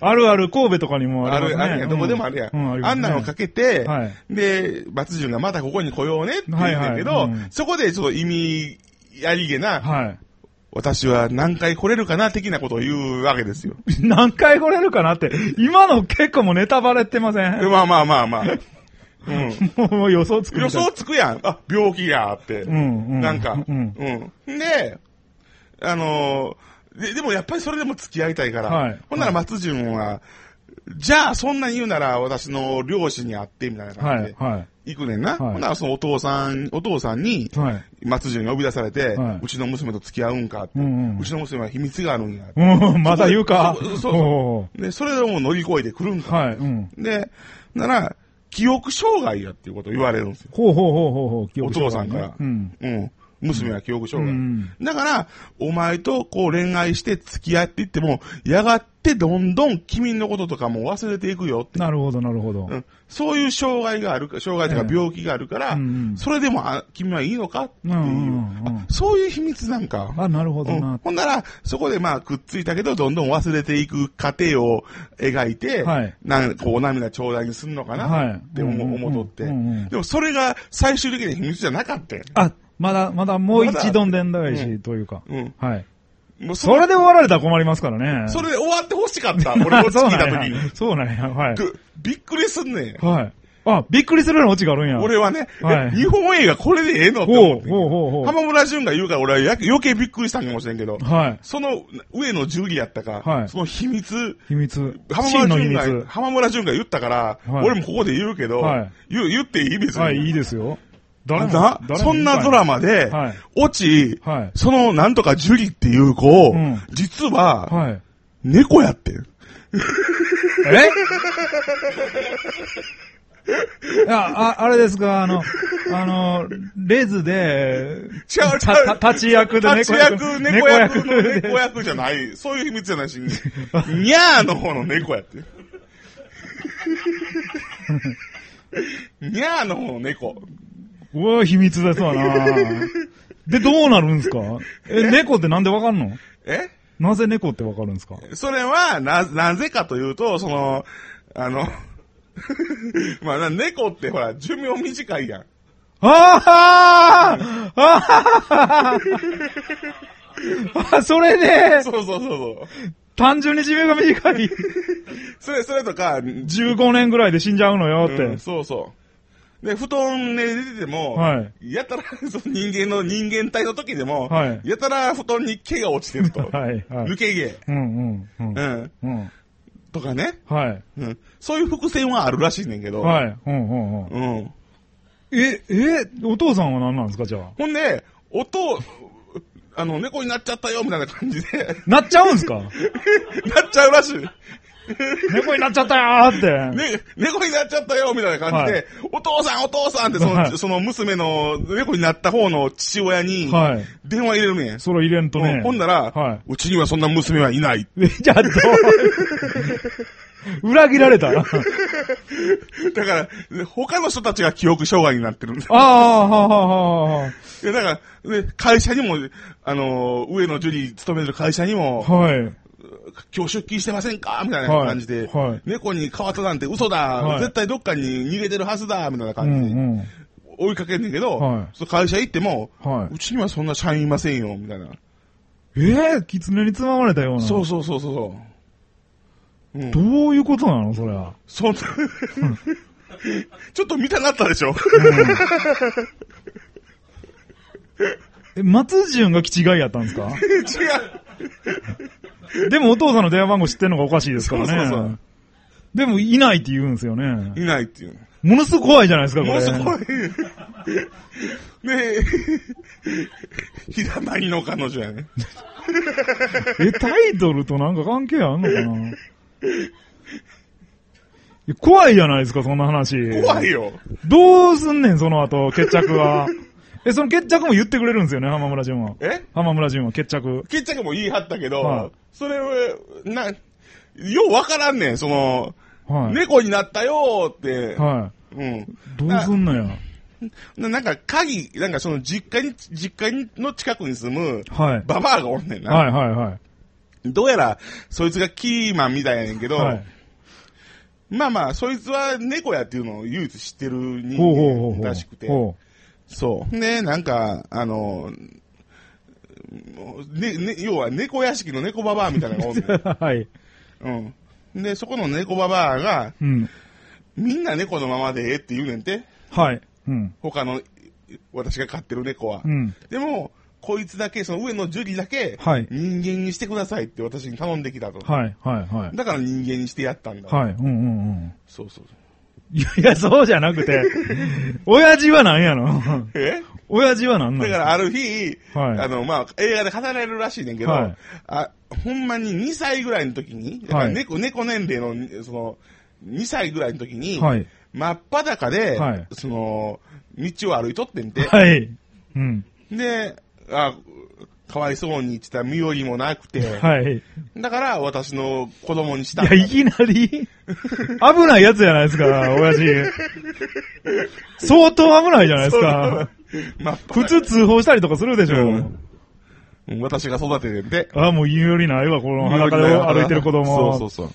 Speaker 1: あるある、神戸とかにも
Speaker 2: あ
Speaker 1: あります
Speaker 2: る、
Speaker 1: ね。
Speaker 2: あるやん。どこでもあるや。
Speaker 1: うん
Speaker 2: あんなのか
Speaker 1: け
Speaker 2: けて
Speaker 1: はい、
Speaker 2: で、松潤がまたここに来ようねって言うんだけ
Speaker 1: は
Speaker 2: ど
Speaker 1: いはいうん、
Speaker 2: そこでちょっと意味ありげな、
Speaker 1: はい。
Speaker 2: 私は何回来れるかな的なことを言うわけですよ。
Speaker 1: 何回来れるかなって、今の結構もうネタバレってませ
Speaker 2: で
Speaker 1: ん
Speaker 2: まあまあまあまあ。うん。
Speaker 1: もう予想つく
Speaker 2: 予
Speaker 1: みたい
Speaker 2: 想つくやん。あ、病気やって。
Speaker 1: んうん
Speaker 2: なんか。
Speaker 1: うん
Speaker 2: うんで、あのーで、でもやっぱりそれでも付き合いたいから。
Speaker 1: はい
Speaker 2: ほんなら松潤は、じゃあそんなに言うなら私の両親に会って、みたいな
Speaker 1: は
Speaker 2: 感じ
Speaker 1: い、
Speaker 2: で。
Speaker 1: は
Speaker 2: 行くねんな。
Speaker 1: はい
Speaker 2: ほんならそのお父さん、お父さんに
Speaker 1: い。、はい。
Speaker 2: 松潤に呼び出されて、
Speaker 1: はいう
Speaker 2: ちの娘と付き合うんかって。
Speaker 1: うんうん
Speaker 2: ちの娘は秘密があるんや。
Speaker 1: うん、まだ言うか。
Speaker 2: そこでそうそう
Speaker 1: おー
Speaker 2: で、それをもう乗り越えてくるんか。
Speaker 1: はい、うん。
Speaker 2: で、なら、記憶障害やっていうことを言われるんですよ
Speaker 1: ほうほうほうほうほう、記
Speaker 2: お
Speaker 1: 憶
Speaker 2: 父
Speaker 1: 障
Speaker 2: さん
Speaker 1: 害ね
Speaker 2: から。
Speaker 1: うん。
Speaker 2: うん。娘は記憶障害。
Speaker 1: うん
Speaker 2: だから、お前とこう恋愛して付き合っていっても、やがてどんどん君のこととかも忘れていくよって。
Speaker 1: なるほど、なるほど
Speaker 2: う。ん、そういう障害があるか、障害と
Speaker 1: え
Speaker 2: か
Speaker 1: え
Speaker 2: 病気があるから、
Speaker 1: うんうん
Speaker 2: それでもあ君はいいのかっていう、
Speaker 1: うんうんうん
Speaker 2: あそういう秘密なんか。
Speaker 1: あ、なるほ
Speaker 2: う
Speaker 1: ど
Speaker 2: ん
Speaker 1: な。
Speaker 2: ほんなら、そこでまあくっついたけど、どんどん忘れていく過程を描いて、
Speaker 1: はい
Speaker 2: なんこうお涙頂戴にするのか
Speaker 1: はい
Speaker 2: なって思,、
Speaker 1: うんうんうん
Speaker 2: 思っとって、
Speaker 1: うんうん
Speaker 2: でもそれが最終的には秘密じゃなかったよ。
Speaker 1: あ、まだ、まだもう一度んでんだ
Speaker 2: ま
Speaker 1: し、というか。
Speaker 2: うん。
Speaker 1: はい。
Speaker 2: もうそ
Speaker 1: そ
Speaker 2: れ、
Speaker 1: れで終わられたら困りますからね。
Speaker 2: それで終わってほしかった。俺 も
Speaker 1: そう
Speaker 2: 聞い
Speaker 1: な
Speaker 2: た
Speaker 1: ん
Speaker 2: 時
Speaker 1: や
Speaker 2: に。
Speaker 1: そうなんや、はい。
Speaker 2: くびっくりすんねん。
Speaker 1: はい。あ、びっくりするようなオチがあるんや。
Speaker 2: 俺はね、
Speaker 1: はい
Speaker 2: え日本映画これでええのって
Speaker 1: ほ
Speaker 2: 思っ
Speaker 1: う
Speaker 2: て
Speaker 1: ほうほうほう。
Speaker 2: 浜村淳が言うから俺はや余計びっくりしたんかもしれんけど、
Speaker 1: はい。
Speaker 2: その上のジュリやったか、
Speaker 1: はい
Speaker 2: その秘密、
Speaker 1: 秘密。
Speaker 2: 浜村
Speaker 1: 真
Speaker 2: 淳
Speaker 1: の秘
Speaker 2: が、
Speaker 1: 密。
Speaker 2: 浜村淳が言ったから、
Speaker 1: はい
Speaker 2: 俺もここで言うけど、
Speaker 1: はい
Speaker 2: 言う言っていい別に。
Speaker 1: はい、いいですよ。誰も
Speaker 2: な
Speaker 1: 誰も
Speaker 2: そんなドラマで、
Speaker 1: はい
Speaker 2: オチ、
Speaker 1: はい
Speaker 2: そのなんとかジュリっていう子を、
Speaker 1: うん
Speaker 2: 実は、
Speaker 1: はい。
Speaker 2: 猫やってん。
Speaker 1: え いや、あ、あれですか、あの、あの、レズで、
Speaker 2: 違う違う
Speaker 1: たた立ち役で
Speaker 2: 立
Speaker 1: 猫
Speaker 2: ち
Speaker 1: 役。
Speaker 2: 役、猫役の
Speaker 1: で
Speaker 2: 猫役じゃない。そういう秘密じゃないし、にゃーの方の猫やって。にゃーの方の猫。
Speaker 1: うわ、秘密ですわなで、どうなるんすかえ、猫ってなんでわかんの
Speaker 2: え
Speaker 1: なぜ猫ってわかるんですか
Speaker 2: それは、な、なぜかというと、その、あの、 まあな、猫ってほら、寿命短いやん。
Speaker 1: あああああそれで、
Speaker 2: そうそうそうそう。
Speaker 1: 単純に寿命が短い。
Speaker 2: それ、それとか、
Speaker 1: 15年ぐらいで死んじゃうのよっ
Speaker 2: うん
Speaker 1: て。
Speaker 2: そうそで、布団ね、出てても、
Speaker 1: はい
Speaker 2: やたら、 その人間の人間体の時でも、
Speaker 1: はい
Speaker 2: やたら布団に毛が落ちてると。
Speaker 1: はい、はい
Speaker 2: 抜。け毛。
Speaker 1: うん、うん、うん
Speaker 2: う。ん。
Speaker 1: うん。
Speaker 2: とかね。
Speaker 1: はい。
Speaker 2: うん。そういう伏線はあるらしいねんけど。
Speaker 1: はい。うん、うん、うん。
Speaker 2: うん。
Speaker 1: え、え、お父さんは何なんですか、じゃあ。
Speaker 2: ほんで、音、あの、猫になっちゃったよ、みたいな感じで、
Speaker 1: なっちゃうんす か
Speaker 2: なっちゃうらしい。ね、
Speaker 1: 猫になっちゃったよーって。
Speaker 2: 猫になっちゃったよ、みたいな感じ
Speaker 1: は
Speaker 2: で、
Speaker 1: い
Speaker 2: お父さん、お父さんって、その、
Speaker 1: はい
Speaker 2: その娘の猫になった方の父親に、
Speaker 1: はい。
Speaker 2: 電話入れるねん。
Speaker 1: それ入れんと
Speaker 2: うん
Speaker 1: ね。
Speaker 2: ほんなら、
Speaker 1: は
Speaker 2: うちにはそんな娘はいない。
Speaker 1: い。じゃあ、どう 裏切られた。 あ
Speaker 2: だから、他の人たちが記憶障害になってるんだ。
Speaker 1: あ、はあ、はあ、はあ。
Speaker 2: いや、だから、で会社にも、あのー、上野樹里勤めてる会社にも、
Speaker 1: はい。
Speaker 2: 今日出勤してませんかみたいな感じで、
Speaker 1: はいはい
Speaker 2: 猫に変わったなんて嘘だ、
Speaker 1: はい
Speaker 2: 絶対どっかに逃げてるはずだみたいな
Speaker 1: う
Speaker 2: 感じで
Speaker 1: ん、うん。
Speaker 2: 追いかけんねんけど、
Speaker 1: はい
Speaker 2: その会社行っても、
Speaker 1: は
Speaker 2: うちにはそんな社員いませんよ、みたいな。
Speaker 1: い。えー、狐につままれたような。
Speaker 2: そうそうそうそうそう。うん
Speaker 1: ど、ういうことなの、そりゃ。
Speaker 2: そんな、 ちょっと見たなったでしょ
Speaker 1: え、松潤が気違いやったんです か
Speaker 2: 違う。
Speaker 1: でもお父さんの電話番号知ってるのがおかしいですからね。
Speaker 2: そうそうそう
Speaker 1: でも、いないって言うんですよね。
Speaker 2: いないっていう。
Speaker 1: ものすごく怖いじゃないですか、これ。
Speaker 2: ものすごい。ねえ、 ひだまりの彼女やね。
Speaker 1: え、タイトルとなんか関係あんのか ないや怖いじゃないですか、そんな話。
Speaker 2: 怖いよ。
Speaker 1: どうすんねん、その後、決着 は。え、その決着も言ってくれるんですよね、浜村淳は。
Speaker 2: え
Speaker 1: 浜村淳は決着。
Speaker 2: 決着も言い張ったけど、
Speaker 1: はい
Speaker 2: それを、な、ようわからんねん、その、
Speaker 1: はい。
Speaker 2: 猫になったよーって、
Speaker 1: は
Speaker 2: うん
Speaker 1: い。どうすんのや。
Speaker 2: な。なんか鍵、なんかその実家に、実家の近くに住む、
Speaker 1: はい。
Speaker 2: ババアがおんねんな。
Speaker 1: はいはいはい。
Speaker 2: どうやら、そいつがキーマンみたいやねんけど、
Speaker 1: はい。
Speaker 2: まあまあ、そいつは猫やっていうのを唯一知ってる人
Speaker 1: ほうほうほうほ
Speaker 2: 間
Speaker 1: う。
Speaker 2: らしくて、
Speaker 1: ほ
Speaker 2: そう。ね、なんか、あの、ね、ね、要は猫屋敷の猫ババアみたいなのがおんねん
Speaker 1: うはい。
Speaker 2: うん。で、そこの猫ババアが、
Speaker 1: うん。
Speaker 2: みんな猫のままでええって言うねんて。
Speaker 1: はい。うん。
Speaker 2: 他の、私が飼ってる猫は。
Speaker 1: うん。
Speaker 2: でも、こいつだけ、その上の樹里だけ、
Speaker 1: はい
Speaker 2: 人間にしてくださいって私に頼んできたと。
Speaker 1: はいはいはい。
Speaker 2: だから人間にしてやったんだ。
Speaker 1: はい。うんうんうん。
Speaker 2: そうそう。
Speaker 1: いやいや、そうじゃなくて、 親父は何やの
Speaker 2: え
Speaker 1: 親父は何な
Speaker 2: だ
Speaker 1: の
Speaker 2: からある日、
Speaker 1: はい
Speaker 2: あの、まあ、映画で語られるらしいねんけど、
Speaker 1: はい
Speaker 2: あ、ほんまに2歳ぐらいの時に、だから猫、猫年齢の、その、2歳ぐらいの時に、
Speaker 1: はい。
Speaker 2: 真っ裸で、
Speaker 1: はい
Speaker 2: その、道を歩いとってんて、
Speaker 1: はい。うん。
Speaker 2: で、あ、かわいそうに言ってた身寄りもなくて、
Speaker 1: はい。い
Speaker 2: だから私の子供にしたん
Speaker 1: や、
Speaker 2: だ。
Speaker 1: いきな り危ないやつじゃないですか、親父。相当危ないじゃないですか。
Speaker 2: まあ、
Speaker 1: 普通通報したりとかするでしょ。
Speaker 2: うんうん私が育ててんで。
Speaker 1: ああ、もう言うよりないわ、この裸で歩いてる子供。
Speaker 2: そうそうそう。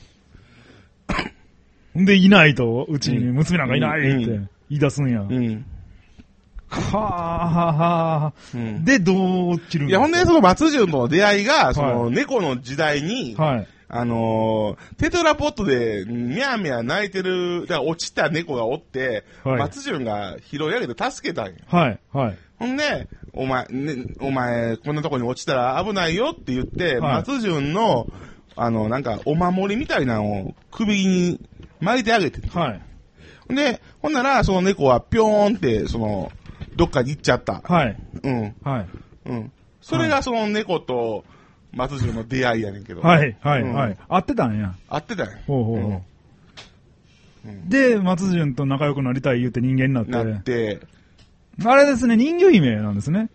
Speaker 1: で、いないと、うちに娘なんかいないって
Speaker 2: うん
Speaker 1: 言い出すんや。は
Speaker 2: うん。
Speaker 1: あはあ
Speaker 2: うん
Speaker 1: で、どう切るん
Speaker 2: い
Speaker 1: です
Speaker 2: や、
Speaker 1: か
Speaker 2: ほんで、その松潤との出会いが、その
Speaker 1: は
Speaker 2: 猫の時代に、
Speaker 1: はい。
Speaker 2: あのー、テトラポットで、みゃーみゃー泣いてる、だから落ちた猫がおって、
Speaker 1: はい
Speaker 2: 松潤が拾い上げて助けたんよ。
Speaker 1: はい。はい。
Speaker 2: ほんで、お前、ね、お前、こんなとこに落ちたら危ないよって言って、
Speaker 1: はい
Speaker 2: 松潤の、あの、なんか、お守りみたいなのを首に巻いてあげて。
Speaker 1: はい。
Speaker 2: で、ほんなら、その猫はぴょーんって、その、どっかに行っちゃった。
Speaker 1: はい。
Speaker 2: うん、
Speaker 1: はい。
Speaker 2: うん。それがその猫と松潤の出会いやねんけど。
Speaker 1: はい、はい、は
Speaker 2: うん
Speaker 1: い。合ってたんや。
Speaker 2: 合ってたよ。
Speaker 1: ほうほうほう。で、松潤と仲良くなりたい言うて人間になって。
Speaker 2: なって、
Speaker 1: あれですね、人魚姫なんですね。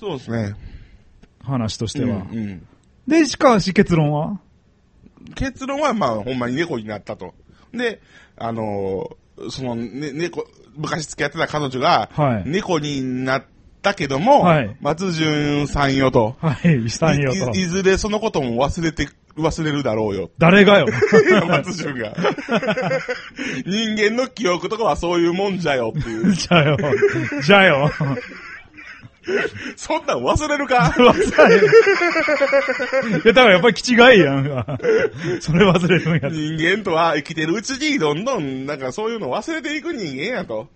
Speaker 2: そうですね。
Speaker 1: 話としては。
Speaker 2: うんうん
Speaker 1: で、しかし結論は
Speaker 2: 結論は、まあ、ほんまに猫になったと。で、あのーその、ね、猫、昔付き合ってた彼女が、
Speaker 1: はい
Speaker 2: 猫になったけども、
Speaker 1: はい
Speaker 2: 松潤さんよと。
Speaker 1: はい、したんよと。
Speaker 2: い。いいずれそのことも忘れて、忘れるだろうよ
Speaker 1: 誰がよ。
Speaker 2: 松潤 が。人間の記憶とかはそういうもんじゃよっていう。
Speaker 1: じゃあよ。じゃあよ。
Speaker 2: そんなん忘れるか
Speaker 1: いや、だからやっぱり気違いやんか。それ忘れるんや。
Speaker 2: 人間とは生きてるうちにどんどんなんかそういうの忘れていく人間やと。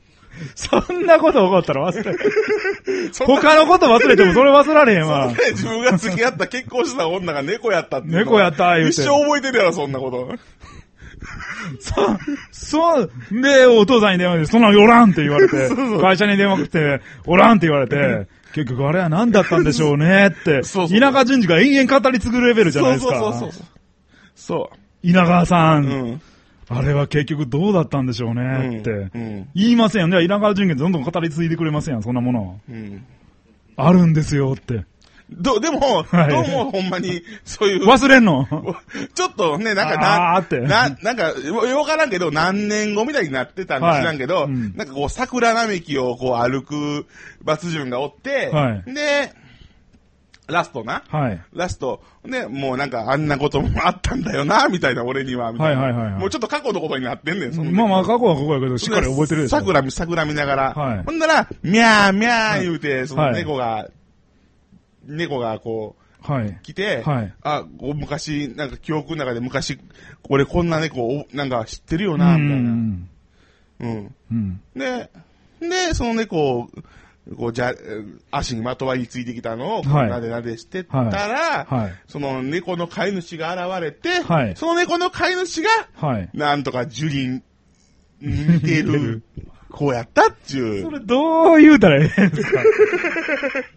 Speaker 1: そんなこと起こったら忘れ、
Speaker 2: そんな
Speaker 1: 他のこと忘れてもそれ忘れられへんわ。
Speaker 2: 自分が付き合った結婚した女が猫やったっていうの
Speaker 1: 猫やった言うて
Speaker 2: 一生覚えてるやろ、そんなこと。
Speaker 1: そう、そう、で、お父さんに電話で、そんなのおらんって言われて、
Speaker 2: そう
Speaker 1: 会社に電話来て、おらんって言われて、結局あれは何だったんでしょうねって、
Speaker 2: そうそう
Speaker 1: 稲川淳二が延々語り継ぐレベルじゃないですか。
Speaker 2: そうそうそうそう。そ
Speaker 1: 稲川さん,、
Speaker 2: う。うん。
Speaker 1: あれは結局どうだったんでしょうねって。
Speaker 2: うん。
Speaker 1: 言いませんよね。稲川淳二どんどん語り継いでくれませんやん、そんなもの。
Speaker 2: うん。
Speaker 1: あるんですよって。
Speaker 2: ど、でも、
Speaker 1: はい
Speaker 2: どうもほんまに、そういう、
Speaker 1: 忘れん の
Speaker 2: ちょっとね、なんか
Speaker 1: あ
Speaker 2: な、
Speaker 1: ーって
Speaker 2: な、なんか、よようわからんけど、何年後みたいになってたん
Speaker 1: はい
Speaker 2: か知らんけ
Speaker 1: う
Speaker 2: ど、
Speaker 1: ん
Speaker 2: なんかこう、桜並木をこう歩く、バツ順がおって、
Speaker 1: はい
Speaker 2: で、ラストな、
Speaker 1: はい。
Speaker 2: ラスト、ね、もうなんかあんなこともあったんだよな、みたいな、俺には、みたいな。
Speaker 1: はいはいはいはい
Speaker 2: もうちょっと過去のことになってんねん、その時
Speaker 1: まあまあ、過去は過去やけど、しっかり覚えてるでしょ。
Speaker 2: 桜見、桜見ながら。
Speaker 1: はい
Speaker 2: ほんなら、ミャーミャー言うて、その
Speaker 1: はい
Speaker 2: 猫が、猫がこう、
Speaker 1: はい。
Speaker 2: 来て、
Speaker 1: はい
Speaker 2: あ、こう昔、なんか記憶の中で昔、俺こんな猫を、なんか知ってるよな、みたいな。うん。
Speaker 1: うん。
Speaker 2: で、で、その猫を、こう、じゃ、えー足にまとわりついてきたのを、こう
Speaker 1: はい
Speaker 2: なでなでしてたら、
Speaker 1: はい。
Speaker 2: その猫の飼い主が現れて、
Speaker 1: はい
Speaker 2: その猫の飼い主が、
Speaker 1: はい。
Speaker 2: なんとか樹林に似てる、こうやったっちゅ。
Speaker 1: そうれ、どう言うたらええんです か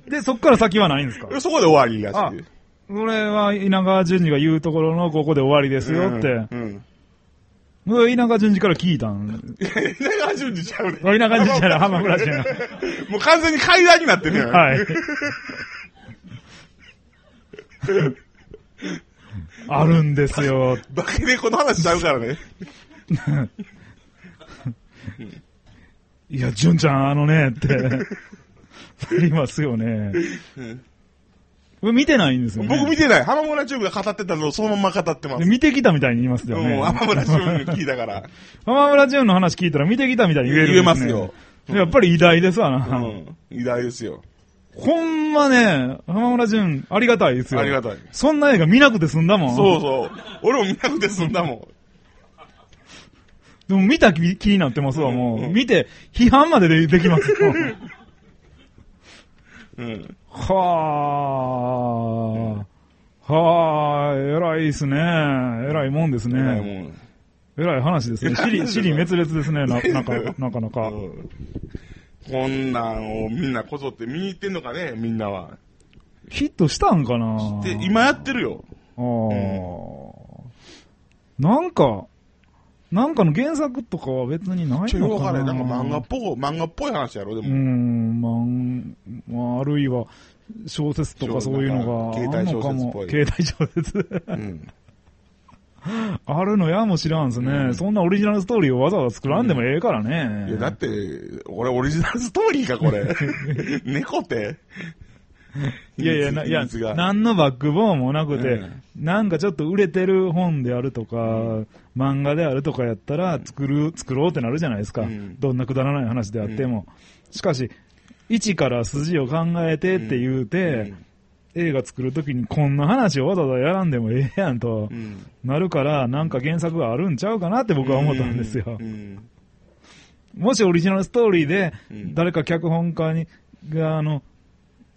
Speaker 1: で、そっから先はないんですか
Speaker 2: そこで終わりやし。
Speaker 1: それは、稲川淳二が言うところの、ここで終わりですよって。
Speaker 2: うん。うん
Speaker 1: それ稲川淳二から聞いたん。
Speaker 2: 稲川淳二ちゃうね。
Speaker 1: 稲川淳二 じゃない、浜村淳二。
Speaker 2: もう完全に階段になってるやん。
Speaker 1: はい。 あるんですよ。
Speaker 2: バケでこの話しちゃうからね。
Speaker 1: いや、純ちゃん、あのね、って、なりますよね。僕見てないんですよ、ね。
Speaker 2: 僕見てない。浜村チューブが語ってたのをそのまま語ってます。
Speaker 1: で見てきたみたいに言いますよね。
Speaker 2: もう浜村チューブに聞いたから。
Speaker 1: 浜村淳の話聞いたら見てきたみたいに言えるんです、ね。
Speaker 2: 言えます
Speaker 1: よ。やっぱり偉大ですわ
Speaker 2: う
Speaker 1: な。
Speaker 2: ん。偉大ですよ。
Speaker 1: ほんまね、浜村淳、ありがたいですよ。
Speaker 2: ありがたい
Speaker 1: そんな映画見なくて済んだもん。
Speaker 2: そうそう。俺も見なくて済んだもん。
Speaker 1: でも見た気気になってますわ、も
Speaker 2: うん
Speaker 1: う。
Speaker 2: うん
Speaker 1: 見て、批判までででき ますよ。
Speaker 2: うん。
Speaker 1: はあ。はあ、偉いですね。偉いもんですね。
Speaker 2: 偉いもん。
Speaker 1: 偉い話ですね。
Speaker 2: 偉い
Speaker 1: 尻
Speaker 2: 話
Speaker 1: 尻滅裂ですね、ななんか、なかなか。
Speaker 2: うんこんなんをみんなこぞって見に行ってんのかね、みんなは。
Speaker 1: ヒットしたんかな
Speaker 2: で、今やってるよ。
Speaker 1: あーなんか、なんかの原作とかは別にない
Speaker 2: ちょ、よく
Speaker 1: の
Speaker 2: わ
Speaker 1: か
Speaker 2: か
Speaker 1: な
Speaker 2: らない。なんか漫画っぽい、漫画っぽい話やろ、で
Speaker 1: うー
Speaker 2: も。
Speaker 1: ん、漫まあ、あるいは、小説とかそういうのが
Speaker 2: そう
Speaker 1: あ
Speaker 2: なんんか
Speaker 1: のかも。
Speaker 2: 携
Speaker 1: 携帯小説。
Speaker 2: うん。
Speaker 1: あるのやも知らんすね、そんなオリジナルストーリーをわざわざ作らんでもええからね。
Speaker 2: いや、だって、俺オリジナルストーリー か、これ。猫って。
Speaker 1: いやいや、ないや
Speaker 2: 秘密が、
Speaker 1: 何のバックボーンもなくて、
Speaker 2: うん
Speaker 1: なんかちょっと売れてる本であるとか、漫画であるとかやったら、作る、作ろうってなるじゃないですか。
Speaker 2: うん
Speaker 1: どんなくだらない話であっても。しかし、一から筋を考えてって言うて、映画作るときにこんな話をわざわざやらんでもええやんと
Speaker 2: う、ん。
Speaker 1: なるから、なんか原作があるんちゃうかなって僕は思ったんですよ
Speaker 2: う。ん。
Speaker 1: もしオリジナルストーリーで
Speaker 2: うん、
Speaker 1: 誰か脚本家に、が、あの、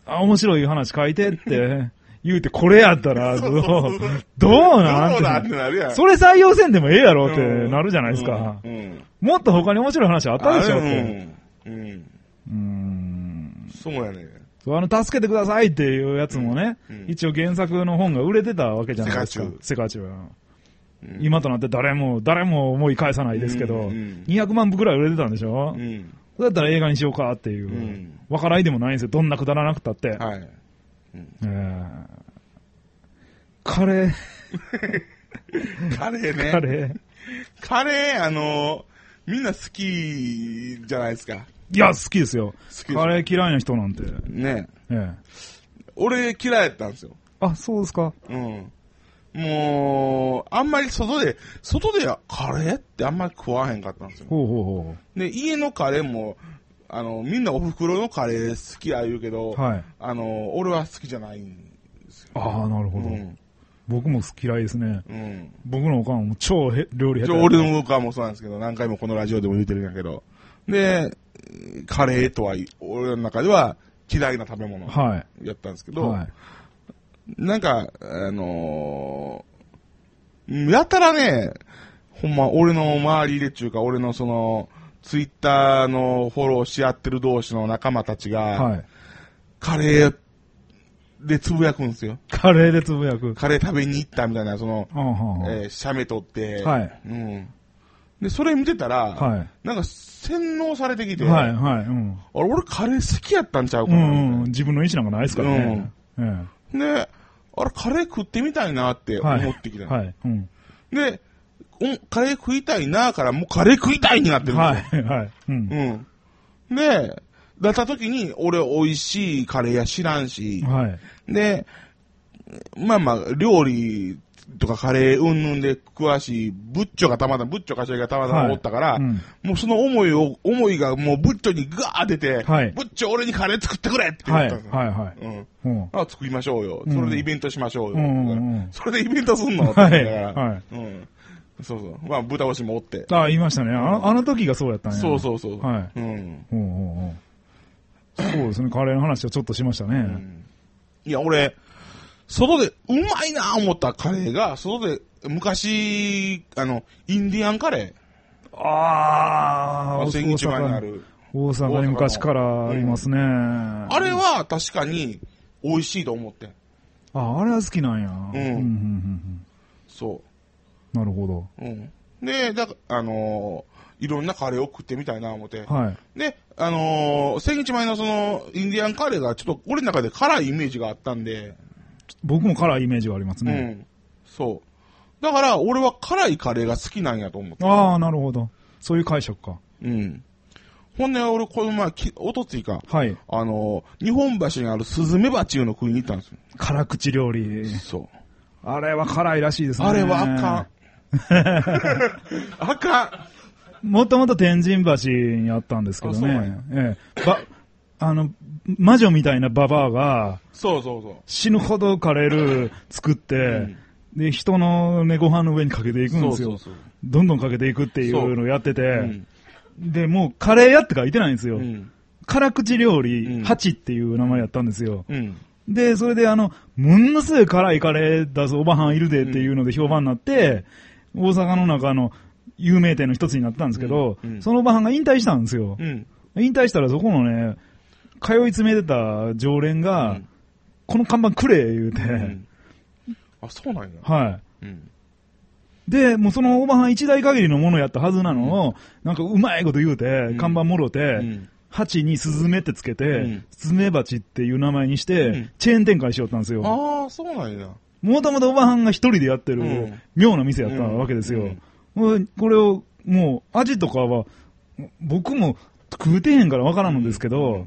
Speaker 1: あ、面白い話書いてって、 言うて、これやったら、ど
Speaker 2: う そううそう
Speaker 1: どう
Speaker 2: そう
Speaker 1: な
Speaker 2: だっ
Speaker 1: ん
Speaker 2: て
Speaker 1: て。
Speaker 2: なるやん。
Speaker 1: それ採用せんでもええやろって
Speaker 2: うん
Speaker 1: なるじゃないですか
Speaker 2: う。んうん。
Speaker 1: もっと他に面白い話あったでしょっ
Speaker 2: あ
Speaker 1: て。
Speaker 2: れうんうん。
Speaker 1: うーん。
Speaker 2: そうやね。
Speaker 1: そうあの、助けてくださいっていうやつもね
Speaker 2: うんうん、
Speaker 1: 一応原作の本が売れてたわけじゃないですか
Speaker 2: 世界。中
Speaker 1: 世界中は。
Speaker 2: うん
Speaker 1: 今となって誰も、誰も思い返さないですけど、
Speaker 2: うんうん
Speaker 1: 200万部くらい売れてたんでしょ
Speaker 2: うん。
Speaker 1: そうだったら映画にしようかっていう。
Speaker 2: うん
Speaker 1: わからいでもないんですよ。どんなくだらなくたって。
Speaker 2: はい。
Speaker 1: えーカレー、
Speaker 2: カレーね。
Speaker 1: カレー。
Speaker 2: カレー、あのー、みんな好きじゃないですか。
Speaker 1: いや、好きですよ。
Speaker 2: 好き
Speaker 1: カレー嫌いな人なんて。
Speaker 2: ね。
Speaker 1: ええ
Speaker 2: 俺嫌いやったんですよ。
Speaker 1: あ、そうですか。
Speaker 2: うん。もう、あんまり外で、外でカレーってあんまり食わへんかったんですよ。
Speaker 1: ほうほうほ
Speaker 2: で、家のカレーも、ああの、みんなお袋のカレー好きや言うけど、
Speaker 1: はい
Speaker 2: あの、俺は好きじゃないんですよ。
Speaker 1: ああ、なるほ
Speaker 2: う
Speaker 1: ど。
Speaker 2: ん。
Speaker 1: 僕も嫌いですね。
Speaker 2: うん。
Speaker 1: 僕のおかんはもう超へ料理下
Speaker 2: ち
Speaker 1: 手
Speaker 2: ょ
Speaker 1: や
Speaker 2: 俺の僕はもうそうなんですけど、何回もこのラジオでも言うてるんやけど。で、カレーとは、俺の中では嫌いな食べ物
Speaker 1: は
Speaker 2: やったんですけ
Speaker 1: い。
Speaker 2: ど、
Speaker 1: はい。
Speaker 2: なんか、あのーやたらね、ほんま、俺の周りでっちゅうか、俺のその、ツイッターのフォローし合ってる同士の仲間たちが、
Speaker 1: はい。
Speaker 2: カレーでつぶやくんですよ。
Speaker 1: カレーでつぶやく。
Speaker 2: カレー食べに行ったみたいな、その、
Speaker 1: ああ、は
Speaker 2: えー、写メ撮って、
Speaker 1: はい
Speaker 2: うん。で、それ見てたら、
Speaker 1: あ、はい。
Speaker 2: なんか洗脳されてきて、
Speaker 1: はい、
Speaker 2: あれ、
Speaker 1: はい。うん。
Speaker 2: 俺カレー好きやったんちゃうか
Speaker 1: う
Speaker 2: な、
Speaker 1: ん、うん。
Speaker 2: み
Speaker 1: 自分の意思なんかないですからね。え
Speaker 2: たいなで、あれ、カレー食ってみたいなって
Speaker 1: え
Speaker 2: 思
Speaker 1: はい。
Speaker 2: ってきたの、
Speaker 1: はい。うん。
Speaker 2: で、おカレー食いたいなから、もうカレー食いたいになってるん
Speaker 1: は
Speaker 2: で
Speaker 1: い、はい。うん
Speaker 2: す。よ。うん。で、だった時に、俺美味しいカレー屋知らんし、
Speaker 1: はい。
Speaker 2: で、まあまあ、料理とかカレーうんぬんで詳しい、ブッチョがたまたま、ブッチョかしらがたまた
Speaker 1: は
Speaker 2: ま
Speaker 1: い
Speaker 2: おったから、
Speaker 1: うん
Speaker 2: もうその思いを、思いがもうブッチョにガー出て、
Speaker 1: はい
Speaker 2: ブッチョ俺にカレー作ってくれって言
Speaker 1: は
Speaker 2: っ
Speaker 1: い、
Speaker 2: た
Speaker 1: は
Speaker 2: ん
Speaker 1: い
Speaker 2: ですよ。
Speaker 1: はい。
Speaker 2: うん。
Speaker 1: うん。
Speaker 2: あ、作りましょうよ。
Speaker 1: うん
Speaker 2: それでイベントしましょうよ。
Speaker 1: うんうんうん
Speaker 2: それでイベントすんのって
Speaker 1: は
Speaker 2: 言っ
Speaker 1: い
Speaker 2: てから、
Speaker 1: はい
Speaker 2: うん。そうそう。まあ、豚推しもおって。
Speaker 1: ああ、言いましたね。あのあの時がそうやったんや。
Speaker 2: そうそうそう。
Speaker 1: はい。
Speaker 2: うん。
Speaker 1: うんうんうん。そうですね、カレーの話をちょっとしましたね。
Speaker 2: いや、俺、外で、うまいな思ったカレーが、外で、昔、あの、インディアンカレ
Speaker 1: あ
Speaker 2: ー、
Speaker 1: あ、
Speaker 2: あの千日前にある。
Speaker 1: 大阪に昔からありますね。
Speaker 2: あれは確かに美味しいと思ってん。
Speaker 1: あ、あれは好きなんや。うんうんうんうん
Speaker 2: そ
Speaker 1: なるほど。
Speaker 2: う。うん。で、だかあのーいろんなカレーを食ってみたいな思って。
Speaker 1: はい。
Speaker 2: で、あのー、千日前のその、インディアンカレーがちょっと俺の中で辛いイメージがあったんで、
Speaker 1: 僕も辛いイメージがあります
Speaker 2: うん。
Speaker 1: ね。
Speaker 2: そう。だから、俺は辛いカレーが好きなんやと思った。
Speaker 1: ああ、なるほど。そういう解釈か。
Speaker 2: うん。ほんで、俺、この前、きおとついか、
Speaker 1: はい。
Speaker 2: あのー、日本橋にあるスズメバチいうの食いに行ったんですよ。
Speaker 1: 辛口料理。
Speaker 2: そう。
Speaker 1: あれは辛いらしいですね。
Speaker 2: あれはあかん。 あかん。
Speaker 1: もともと天神橋にあったんですけどね。ええ。ば、あの、魔女みたいなババアが、
Speaker 2: そうそうそう。
Speaker 1: 死ぬほどカレールー作って、で、人のね、ご飯の上にかけていくんですよ。
Speaker 2: そうそうそう
Speaker 1: どんどんかけていくっていうのをやってて、
Speaker 2: ん
Speaker 1: で、もうカレー屋って書いてないんですよ。
Speaker 2: うん。
Speaker 1: 辛口料理、
Speaker 2: うん
Speaker 1: ハチっていう名前やったんですよ。
Speaker 2: うん。
Speaker 1: で、それであの、ものすごい辛いカレー出すおばはんいるでっていうので評判になって、大阪の中の有名店の一つになったんですけど、
Speaker 2: うんうん
Speaker 1: そのおばはんが引退したんですよ。
Speaker 2: うん。
Speaker 1: 引退したらそこのね、通い詰めてた常連が、
Speaker 2: うん
Speaker 1: この看板くれ言うて、
Speaker 2: うんあ、そうなんや。
Speaker 1: は
Speaker 2: うん。
Speaker 1: い。で、もうそのおばはん一代限りのものやったはずなのを、なんかうまいこと言うて
Speaker 2: ん、
Speaker 1: 看板もろ
Speaker 2: う
Speaker 1: て、
Speaker 2: ん。
Speaker 1: 鉢にスズメってつけ
Speaker 2: う
Speaker 1: て
Speaker 2: ん、
Speaker 1: スズメバチっていう名前にし
Speaker 2: うん
Speaker 1: て、チェーン展開しよったんですよ。
Speaker 2: ああ、そうなんや。
Speaker 1: もともとおばはんが一人でやって
Speaker 2: う
Speaker 1: る
Speaker 2: ん、
Speaker 1: 妙な店やったわけですよ。うんこれを、もう、味とかは、僕も食うてへんからわからんのですけど、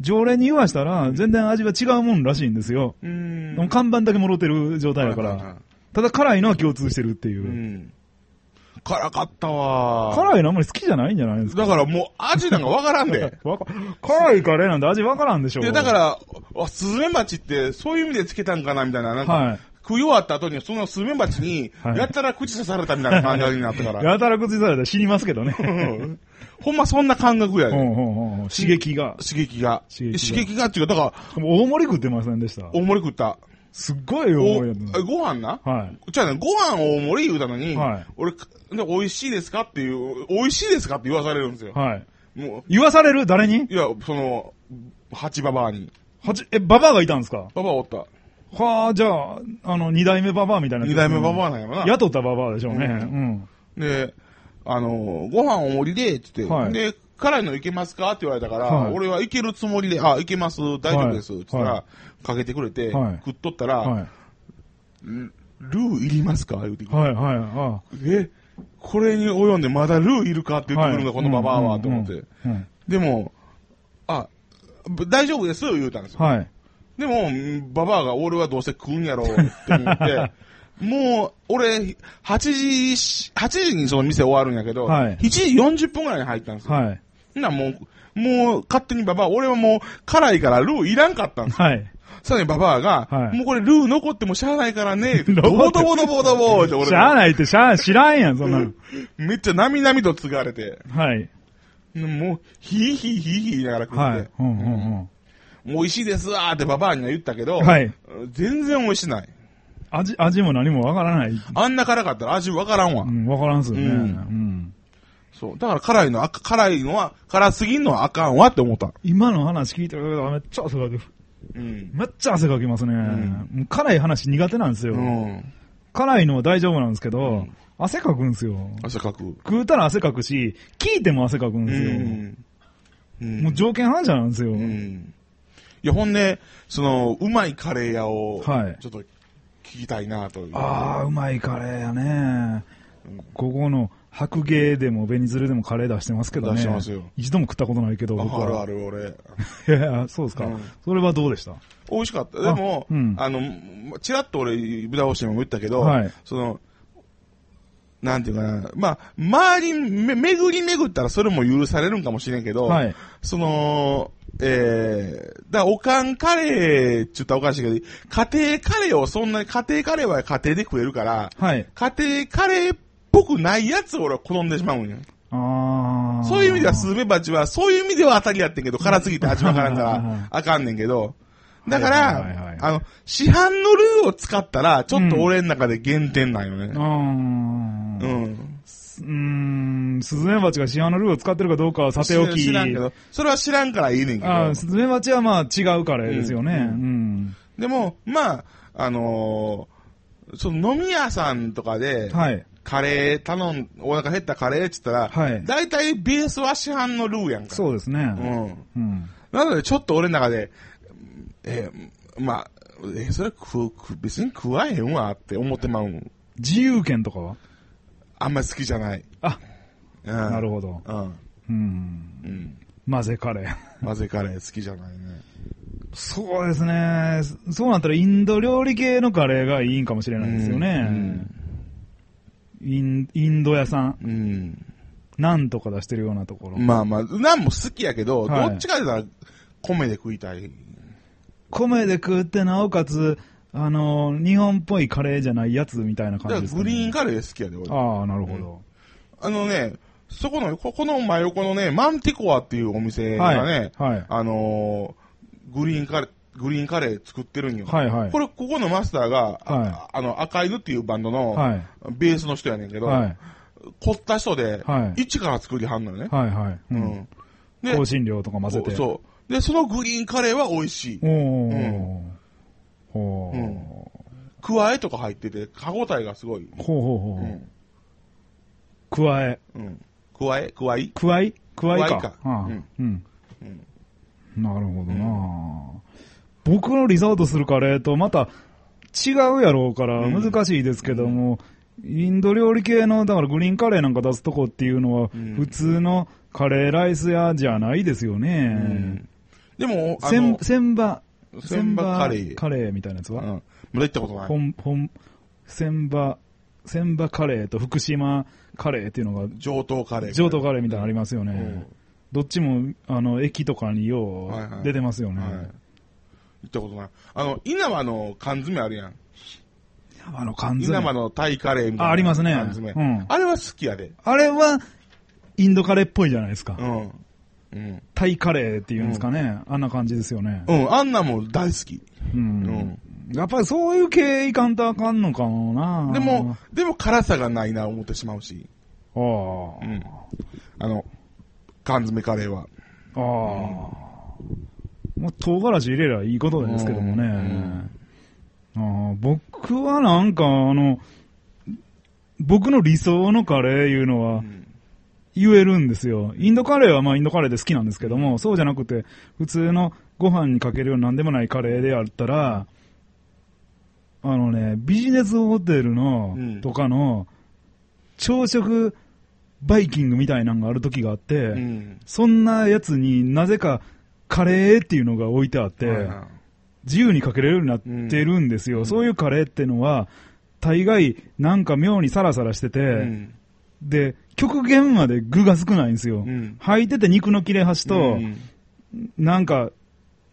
Speaker 1: 常連に言わしたら、全然味は違うもんらしいんですよ。
Speaker 2: うん。
Speaker 1: でも看板だけもろてる状態だか
Speaker 2: はいはいは
Speaker 1: ら
Speaker 2: い。
Speaker 1: ただ辛いのは共通してるっていうう。
Speaker 2: ん。辛かったわ。
Speaker 1: 辛いのあんまり好きじゃないんじゃないですか。
Speaker 2: だからもう味なんかわからんで。
Speaker 1: わか辛いカレーなんて味わからんでしょ。
Speaker 2: で、だから、あ、スズメバチってそういう意味でつけたんかなみたいな、なんか、
Speaker 1: はい
Speaker 2: 食い終わった後にそのスズメバチに、
Speaker 1: はい
Speaker 2: やたら口刺されたみたいな感じになったから。
Speaker 1: やたら口されたら死にますけどね。
Speaker 2: うん ほんまそんな感覚や
Speaker 1: うんう
Speaker 2: で。
Speaker 1: んうん刺激が。
Speaker 2: 刺激が。刺
Speaker 1: 刺激
Speaker 2: 激
Speaker 1: が
Speaker 2: がっていうか、だから、
Speaker 1: 大盛り食ってませんでした。
Speaker 2: 大盛り食った。
Speaker 1: すっごい大
Speaker 2: お
Speaker 1: 盛りやった
Speaker 2: えご飯な
Speaker 1: はい。
Speaker 2: じゃあね、ご飯大盛り言うたのに、
Speaker 1: はい
Speaker 2: 俺、かで、美味しいですかっていう、美味しいですかって言わされるんですよ。
Speaker 1: はい。
Speaker 2: も
Speaker 1: 言わされる誰に
Speaker 2: う、いや、その、八ババアに。
Speaker 1: はち、え、ババアがいたんですか
Speaker 2: ババアおった。
Speaker 1: はあ、じゃあ、あの、二代目ババアみたいな。
Speaker 2: 二代目ババアなんやろな。
Speaker 1: 雇ったババアでしょうね。うん。
Speaker 2: で、あの、ご飯大盛りで、つって、
Speaker 1: はい
Speaker 2: で、辛いのいけますかって言われたから、
Speaker 1: はい
Speaker 2: 俺はいけるつもりで、あ、いけます、大丈夫です、
Speaker 1: はい
Speaker 2: つったら、
Speaker 1: は
Speaker 2: かけてくれて、
Speaker 1: はい
Speaker 2: 食っとったら、
Speaker 1: はい。
Speaker 2: ルーいりますか言うてきて、
Speaker 1: はい、はい、あ
Speaker 2: え、これに及んでまだルーいるかって
Speaker 1: あ。
Speaker 2: 言って
Speaker 1: は
Speaker 2: く
Speaker 1: い
Speaker 2: るんだ、このババアは、と思って。。
Speaker 1: うんうんうん
Speaker 2: でも、あ、ぶ大丈夫です、言うたんですよ。
Speaker 1: はい。
Speaker 2: でも、んババアが俺はどうせ食うんやろうって 思って、もう、俺、8時し、8時にその店終わるんやけど、
Speaker 1: はい
Speaker 2: 7時40分ぐらいに入ったんですよ。
Speaker 1: はい。
Speaker 2: んなもう、もう勝手にババア、俺はもう辛いからルーいらんか ったんです。
Speaker 1: はい。
Speaker 2: さらにババアが、
Speaker 1: はい
Speaker 2: もうこれルー残ってもしゃあないからね、ド
Speaker 1: 残
Speaker 2: ボ
Speaker 1: って
Speaker 2: ドボドボドボって俺
Speaker 1: しゃあ
Speaker 2: が
Speaker 1: ないって、しゃあ、知らんやん、そんなの。
Speaker 2: めっちゃなみなみと継がれて、
Speaker 1: はい。
Speaker 2: もう、ヒーヒーヒーヒー言いながら食って、
Speaker 1: はい。うんうんうん。
Speaker 2: もう美味しいですわーってババアには言ったけど、
Speaker 1: はい
Speaker 2: 全然美味しない。
Speaker 1: 味、味も何もわからない。
Speaker 2: あんな辛かったら味わからんわ。
Speaker 1: うん、わからんすよね。う
Speaker 2: うん
Speaker 1: ん。
Speaker 2: そう。だから辛いのは、辛いのは、辛すぎんのはあかんわって思った。
Speaker 1: 今の話聞いてるけど、めっちゃ汗かける。
Speaker 2: うん。
Speaker 1: めっちゃ汗かきますね。
Speaker 2: ん
Speaker 1: もう辛い話苦手なんですよ。
Speaker 2: うん。
Speaker 1: 辛いのは大丈夫なんですけど、
Speaker 2: うん
Speaker 1: 汗かくんですよ。
Speaker 2: 汗かく。
Speaker 1: 食うたら汗かくし、聞いても汗かくん
Speaker 2: う
Speaker 1: ですよ。
Speaker 2: ん。うん
Speaker 1: もう条件反射なんですよ。
Speaker 2: うん。いや、ほんで、その、うまいカレー屋を、
Speaker 1: はい
Speaker 2: ちょっと聞きたいなという。
Speaker 1: ああ、うまいカレーやね。ここの白芸でもベニズルでもカレー出してますけどね。
Speaker 2: 出してますよ
Speaker 1: 一度も食ったことないけど、
Speaker 2: あ
Speaker 1: 僕は。
Speaker 2: るある、
Speaker 1: い
Speaker 2: 俺。
Speaker 1: や、そうですか、
Speaker 2: うん
Speaker 1: それはどうでした
Speaker 2: 美味しかった。でも、
Speaker 1: あ
Speaker 2: あ,、
Speaker 1: うん
Speaker 2: の、ちらっと俺、豚押しにも言ったけど、
Speaker 1: はい
Speaker 2: その、なんていうかな、まあ、周りにめ、巡り巡ったらそれも許されるんかもしれんけど、
Speaker 1: はい。
Speaker 2: その、えー、だからおかんカレーって言ったらおかしいけど、家庭カレーをそんなに、家庭カレーは家庭で食えるから、
Speaker 1: はい。
Speaker 2: 家庭カレーっぽくないやつを俺は好んでしまうんや。
Speaker 1: ああ。
Speaker 2: そういう意味ではスズメバチは、そういう意味では当たりやってんけど、辛すぎて味わからんから、あかんねんけど。だか
Speaker 1: はいはいはいはい
Speaker 2: ら、あの、市販のルーを使ったら、ちょっと俺の中で減点なんよ
Speaker 1: あ
Speaker 2: ね。
Speaker 1: ー
Speaker 2: う。
Speaker 1: うんーん、スズメバチが市販のルーを使ってるかどうかはさておき。
Speaker 2: 知らんけど、それは知らんからいいねんけ
Speaker 1: あ
Speaker 2: ど
Speaker 1: ー。スズメバチはまあ違うカレーですよね。う
Speaker 2: うんん。でも、まあ、あのー、その飲み屋さんとかで、
Speaker 1: はい。
Speaker 2: カレー頼ん、お腹減ったカレーって言った
Speaker 1: はい
Speaker 2: ら、大体ベースは市販のルーやんか。
Speaker 1: そうですね。
Speaker 2: うん。
Speaker 1: うん。
Speaker 2: なので、ちょっと俺の中で、えーまあ、えーそれ食う、食う別に食わへんわって思ってまうん。
Speaker 1: 自由権とかは
Speaker 2: あんまり好きじゃない。
Speaker 1: あ、
Speaker 2: うん、
Speaker 1: なる
Speaker 2: ほ
Speaker 1: ほど。
Speaker 2: ど。うん。
Speaker 1: うん。
Speaker 2: うん。
Speaker 1: 混ぜカレー。
Speaker 2: 混ぜカレー好きじゃないね。
Speaker 1: そうですね。そうなったらインド料理系のカレーがいいんかもしれないですよね。インインド屋さん、
Speaker 2: うん。うん。
Speaker 1: なんとか出してるようなところ。
Speaker 2: まあまあ、なんも好きやけど、
Speaker 1: はい
Speaker 2: どっちかでたら米で食いたい。
Speaker 1: 米で食って、なおかつ、あの、日本っぽいカレーじゃないやつみたいな
Speaker 2: だ
Speaker 1: 感
Speaker 2: か
Speaker 1: じ
Speaker 2: ら
Speaker 1: です
Speaker 2: グ
Speaker 1: か、ね。
Speaker 2: リーンカレー好きやで、俺。あ
Speaker 1: ああ、なるほど。
Speaker 2: のね、そこの、ここの真横のね、マンティコアっていうお店がね、
Speaker 1: はいはい
Speaker 2: あのーグリーンカレー、グリーンカレー作ってるんよ。
Speaker 1: はいはい。
Speaker 2: これ、ここのマスターが、あ
Speaker 1: は
Speaker 2: あの、赤犬っていうバンドの、
Speaker 1: はい。
Speaker 2: ベースの人やねんけど、
Speaker 1: はい。
Speaker 2: 凝った人で、
Speaker 1: はい
Speaker 2: 一から作りはんのよね。
Speaker 1: はいはい。う。
Speaker 2: うんん。で、
Speaker 1: 香辛料とか混ぜて。う。
Speaker 2: そう。で、そのグリーンカレーは美味しい
Speaker 1: お。お、
Speaker 2: うん
Speaker 1: ほう
Speaker 2: うんくわえとか入ってて、歯応えがすごい。
Speaker 1: ほうほうほう。
Speaker 2: うん。
Speaker 1: 加え。
Speaker 2: うん。くわえ、くわい
Speaker 1: 加え加えか。
Speaker 2: 加えか
Speaker 1: ああ
Speaker 2: うん
Speaker 1: うん。
Speaker 2: うん。
Speaker 1: なるほどな、僕の理想とするカレーとまた違うやろうから
Speaker 2: うん
Speaker 1: 難しいですけども、インド料理系の、だからグリーンカレーなんか出すとこっていうのは、
Speaker 2: うん
Speaker 1: 普通のカレーライス屋じゃないですよ
Speaker 2: う
Speaker 1: ね。
Speaker 2: ん。でも、あ
Speaker 1: せん
Speaker 2: の、
Speaker 1: せんば、
Speaker 2: せんばカレー。
Speaker 1: カレーみたいなやつ
Speaker 2: う
Speaker 1: は、
Speaker 2: ん。まだ行ったことない。
Speaker 1: 本、本、せんば、せんばカレーと福島カレーっていうのが、
Speaker 2: 上等カレー。
Speaker 1: 上等カレーみたいなのありますよね。
Speaker 2: うん
Speaker 1: どっちも、あの、駅とかによ
Speaker 2: はいは
Speaker 1: う
Speaker 2: い
Speaker 1: 出てますよね。
Speaker 2: はい。行ったことない。あの、稲葉の缶詰あるやん。
Speaker 1: あの、缶詰
Speaker 2: 稲葉のタイカレーみたいな。
Speaker 1: あ、ありますね。
Speaker 2: 缶詰
Speaker 1: うん。
Speaker 2: あれは好きやで。
Speaker 1: あれは、インドカレーっぽいじゃないですか
Speaker 2: う。ん。うん。
Speaker 1: タイカレーっていうんですかね。あんな感じですよね。
Speaker 2: うん、あんなもん大好き。
Speaker 1: う
Speaker 2: うんん。
Speaker 1: やっぱりそういう系いかんとあかんのかもな
Speaker 2: でも、、でも辛さがないな思ってしまうし。
Speaker 1: あ
Speaker 2: うん。あの、缶詰カレーは。
Speaker 1: あ。ああ。もう唐辛子入れりゃいいことなんですけどもね。ああ僕はなんか、あの、僕の理想のカレーいうのは、言えるんですよ。インドカレーはまあインドカレーで好きなんですけども、そうじゃなくて、普通のご飯にかけるような何でもないカレーであったら、あのね、ビジネスホテルの
Speaker 2: う、ん
Speaker 1: とかの、朝食バイキングみたいなのがある時があって、
Speaker 2: うん。
Speaker 1: そんなやつになぜかカレーっていうのが置いてあって、自由にかけれるようになってるんですよ。そういうカレーってのは、大概なんか妙にサラサラしてて、
Speaker 2: うん。
Speaker 1: で、極限まで具が少ないんですよ。
Speaker 2: うん
Speaker 1: 履いてて肉の切れ端と、
Speaker 2: うん
Speaker 1: なんか、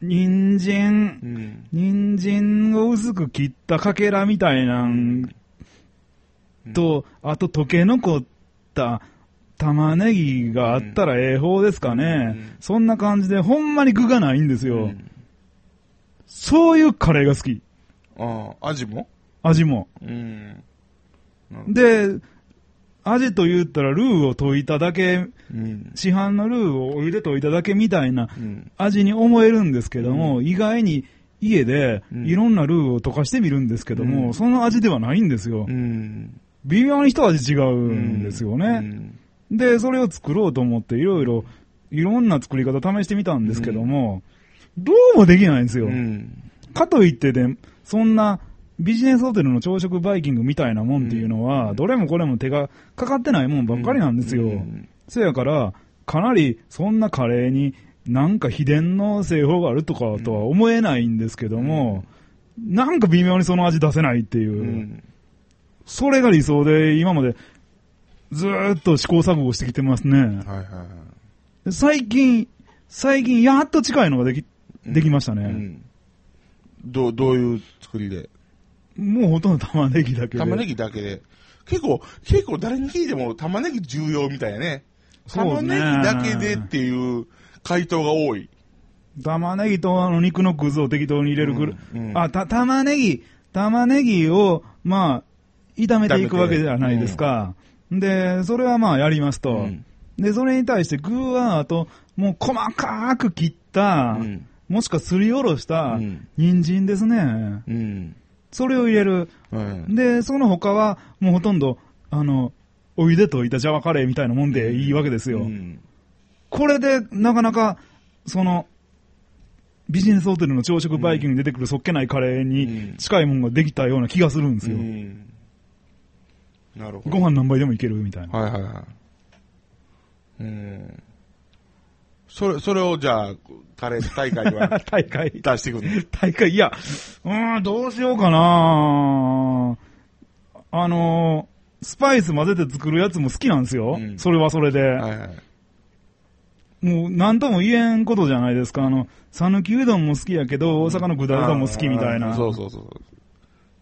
Speaker 1: 人参
Speaker 2: う、ん
Speaker 1: 人参を薄く切ったかけらみたいなんと、あと溶け残った玉ねぎがあったらええ方ですかね、
Speaker 2: うん
Speaker 1: そんな感じで、ほんまに具がないんです
Speaker 2: う
Speaker 1: よ、
Speaker 2: ん
Speaker 1: そういうカレーが好き、
Speaker 2: ああ、味も
Speaker 1: 味も。
Speaker 2: うん。
Speaker 1: で、味と言ったら、ルーを溶いただけ、
Speaker 2: うん。
Speaker 1: 市販のルーをお湯で溶いただけみたいな
Speaker 2: うん。
Speaker 1: 味に思えるんですけども、意外に家で
Speaker 2: うん
Speaker 1: いろんなルーを溶かしてみるんですけども、
Speaker 2: うん
Speaker 1: その味ではないんですよ。
Speaker 2: うん。
Speaker 1: 微妙に一味違うんですよ
Speaker 2: う
Speaker 1: ね。
Speaker 2: ん
Speaker 1: で、それを作ろうと思っていろいろ、いろんな作り方試してみたんですけども、どうもできないんですよ。
Speaker 2: うん。
Speaker 1: かといってで、そんなビジネスホテルの朝食バイキングみたいなもんっていうのは、どれもこれも手がかかってないもんばっかりなんですよ。
Speaker 2: うん
Speaker 1: せやから、かなりそんなカレーになんか秘伝の製法があるとかとは思えないんですけども、なんか微妙にその味出せないっていう、
Speaker 2: うん。
Speaker 1: それが理想で今までずーっと試行錯誤してきてますね。
Speaker 2: はいはいは
Speaker 1: 最近、最近やっと近いのができ、できました
Speaker 2: い。う
Speaker 1: ね。
Speaker 2: ん。どう、どういう作りで
Speaker 1: もうほとんど玉ねぎだけで。
Speaker 2: 玉ねぎだけで。結構、結構誰に聞いても玉ねぎ重要みたいやね。
Speaker 1: そう
Speaker 2: 玉
Speaker 1: ね
Speaker 2: ねぎだけでっていう回答が多い。
Speaker 1: 玉ねぎとあの肉のくずを適当に入れるぐる、
Speaker 2: うんうん
Speaker 1: あ、た、玉ねぎ、玉ねぎを、まあ、炒めていくわけではないですか。で、それはまあやりますと。
Speaker 2: うん
Speaker 1: で、それに対して具は、あと、もう細かく切った、
Speaker 2: うん
Speaker 1: もしくはすりおろした
Speaker 2: うん、
Speaker 1: 人参ですね。
Speaker 2: うん。
Speaker 1: それを入れる。
Speaker 2: うん。
Speaker 1: で、その他は、もうほとんど、あの、お湯で溶いたジャワカレーみたいなもんでいいわけですよ。
Speaker 2: うん
Speaker 1: これで、なかなか、その、ビジネスホテルの朝食バイキングに出てくるそっけないカレー
Speaker 2: うん
Speaker 1: に近いものができたような気がするんですよ。
Speaker 2: うんなるほ
Speaker 1: ご
Speaker 2: ど。
Speaker 1: 飯何杯でもいけるみたいな。
Speaker 2: はいはいはい。うん。それ、それをじゃあ、カレ ー大会 では
Speaker 1: 大会、
Speaker 2: 出してくる
Speaker 1: 大会、いや、うーん、どうしようかなあのー、スパイス混ぜて作るやつも好きなんですよ。
Speaker 2: うん
Speaker 1: それはそれで。
Speaker 2: の。はいはい。
Speaker 1: もう何とも言えんことじゃないですか。あの、讃岐うどんも好きやけど、大阪の豚うどんも好きみたい
Speaker 2: あー
Speaker 1: な。
Speaker 2: そうそうそ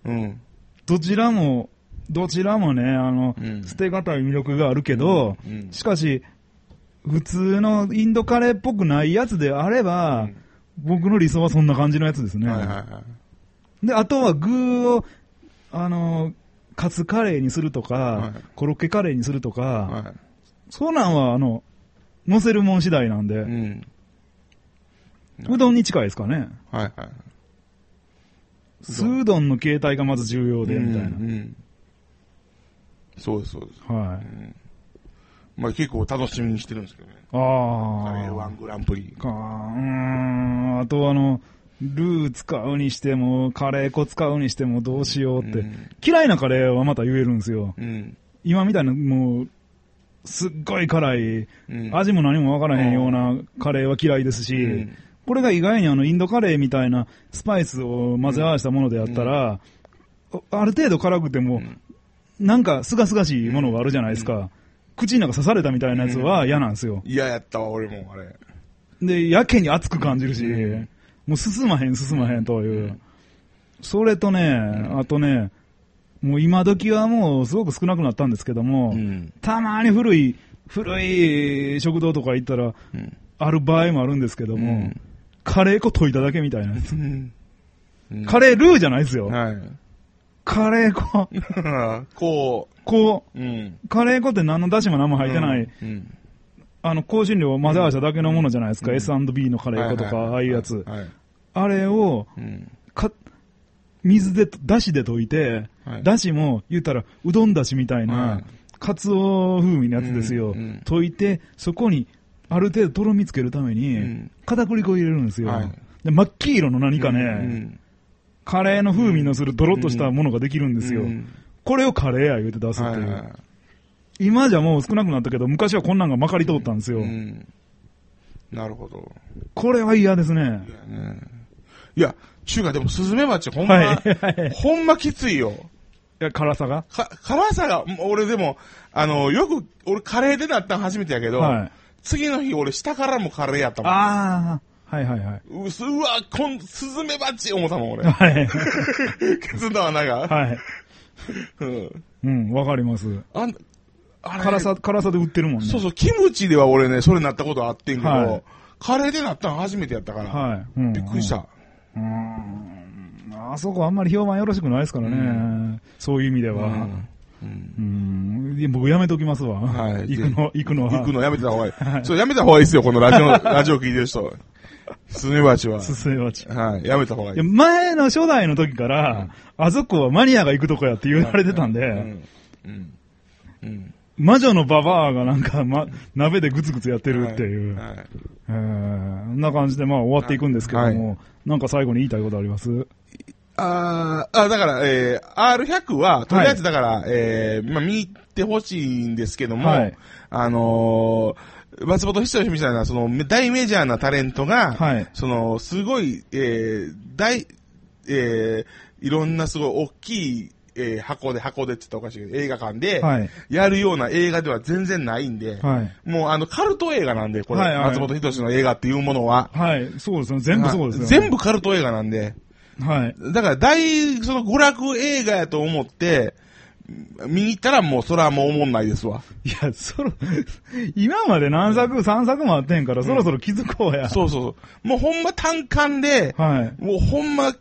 Speaker 2: う。うん。
Speaker 1: どちらも、どちらもね、あの、
Speaker 2: うん
Speaker 1: 捨てがたい魅力があるけど、
Speaker 2: うん
Speaker 1: しかし、普通のインドカレーっぽくないやつであれば、
Speaker 2: うん
Speaker 1: 僕の理想はそんな感じのやつですね。
Speaker 2: はいはいはい。
Speaker 1: で、あとは具を、あの、カツカレーにするとか、
Speaker 2: はい
Speaker 1: コロッケカレーにするとか、
Speaker 2: は
Speaker 1: そうなんは、あの、乗せるもん次第なんで、
Speaker 2: い。うん。
Speaker 1: うどんに近いですかね。
Speaker 2: はいはいはい。
Speaker 1: 酢うどんの形態がまず重要で、みたいな。
Speaker 2: うんうんそうです、そうです。
Speaker 1: はい。
Speaker 2: まあ結構楽しみにしてるんですけどね。
Speaker 1: あ
Speaker 2: カレー
Speaker 1: あ。
Speaker 2: ワングランプリ。
Speaker 1: か、うーん、あとあの、ルー使うにしても、カレー粉使うにしてもどうしようって、
Speaker 2: うん
Speaker 1: 嫌いなカレーはまた言えるんですよ。
Speaker 2: うん。
Speaker 1: 今みたいな、もう、すっごい辛い、
Speaker 2: うん
Speaker 1: 味も何もわからへんようなカレーは嫌いですし、
Speaker 2: うん
Speaker 1: これが意外にあの、インドカレーみたいなスパイスを混ぜ合わせたものであったら、あある程度辛くても、なんかすがすがしいものがあるじゃないですか。口の中刺されたみたいなやつは嫌なんですよ。
Speaker 2: 嫌やったわ、俺も、あれ。
Speaker 1: で、やけに熱く感じるし、
Speaker 2: うん
Speaker 1: もう進まへん、進まへんという。それとね、あとね、もう今時はもうすごく少なくなったんですけども、
Speaker 2: ん。
Speaker 1: たまに古い、古い食堂とか行ったら、
Speaker 2: うん。
Speaker 1: ある場合もあるんですけども、
Speaker 2: うん
Speaker 1: カレー粉溶いただけみたいなやつ。
Speaker 2: うん
Speaker 1: カレールーじゃないですよ。
Speaker 2: はい。
Speaker 1: カレー粉。
Speaker 2: こ
Speaker 1: こ
Speaker 2: う、うん。
Speaker 1: う、カレー粉って何の出汁も何も入ってない、
Speaker 2: うん。
Speaker 1: あの、香辛料を混ぜ合わせただけのものじゃないですか。S&B のカレー粉とか、
Speaker 2: はは
Speaker 1: ああいうやつ。
Speaker 2: はい。
Speaker 1: あれを、
Speaker 2: うん。
Speaker 1: か、水で、だしで溶いて、
Speaker 2: はい
Speaker 1: だしも、言ったら、うどんだしみたい
Speaker 2: は、
Speaker 1: ないかつお風味のやつですよ。
Speaker 2: うんうん
Speaker 1: 溶いて、そこに、ある程度とろみつけるために、
Speaker 2: うん
Speaker 1: 片栗粉を入れるんですよ。
Speaker 2: はい
Speaker 1: で真っ黄色の何かね、
Speaker 2: うん
Speaker 1: カレーの風味のするドロッとしたものができるんですよ。
Speaker 2: うん
Speaker 1: これをカレーや言うて出すって
Speaker 2: はい
Speaker 1: いう。
Speaker 2: は
Speaker 1: 今じゃもう少なくなったけど、昔はこんなんがまかり通ったんですよ。
Speaker 2: い。うん。なるほど。
Speaker 1: これは嫌ですね。
Speaker 2: ねいや、中華でもスズメバチほんま、
Speaker 1: はいはい
Speaker 2: ほんまきついよ。
Speaker 1: や辛さが。
Speaker 2: か、辛さが、もう俺でも、あの、よく、俺カレーでなったの初めてやけど、
Speaker 1: はい
Speaker 2: 次の日俺下からもカレーやったもん。
Speaker 1: ああ、はいはいはい。
Speaker 2: うすうわ、こん、スズメバチ思ったもん、俺。
Speaker 1: はい。
Speaker 2: ケツの穴が。
Speaker 1: はい。
Speaker 2: うん。
Speaker 1: うん、わかります。
Speaker 2: あん、あれ
Speaker 1: 辛さ、辛さで売ってるもんね。
Speaker 2: そうそう、キムチでは俺ね、それなったことあってんけど、
Speaker 1: はい
Speaker 2: カレーでなったの初めてやったから、
Speaker 1: はい。うん
Speaker 2: びっくりし。た。
Speaker 1: うん。あそこあんまり評判よろしくないですからね。そういう意味では。うん。いや僕やめときますわ。
Speaker 2: はい
Speaker 1: 行くの、行くのは。
Speaker 2: 行くのやめてた方がいい。そう、やめた方がいいですよ、このラジオ、ラジオ聞いてる人。スズメバチは。
Speaker 1: すすめばち。
Speaker 2: はい、やめた方がい
Speaker 1: い
Speaker 2: い。
Speaker 1: や前の初代の時から、あそこはマニアが行くとこやって言われてたんで、
Speaker 2: うん。うん。うん。
Speaker 1: 魔女のババアがなんか、ま、鍋でグツグツやってるっていう、
Speaker 2: はいはい
Speaker 1: えーそんな感じでまあ終わっていくんですけども、なんか最後に言いたいことあります
Speaker 2: あーあ、だから、えー、R100 は、とりあえずだから、えー、まあ、見に行ってほしいんですけども、
Speaker 1: はい
Speaker 2: あのー、松本人志みたいな、その、め大メジャーなタレントが、
Speaker 1: はい
Speaker 2: その、すごい、えー、大、えー、いろんなすごい大きい、えー、箱で、箱でって言ったらおかしいけど、映画館で、
Speaker 1: はい
Speaker 2: やるような映画では全然ないんで、
Speaker 1: はい。
Speaker 2: もうあの、カルト映画なんで、これ、
Speaker 1: はいはい
Speaker 2: 松本人志の映画っていうものは。
Speaker 1: はい、そうですね。全部そうですよ、ね。
Speaker 2: 全部カルト映画なんで。
Speaker 1: はい。
Speaker 2: だから、大、その娯楽映画やと思って、見に行ったらもう、それはもう思んないですわ。
Speaker 1: いや、そろ、今まで何作、3作もあってんから、そろそろ気づこうや。
Speaker 2: そうそうそう。もうほんま単館で、
Speaker 1: はい。
Speaker 2: もうほんま、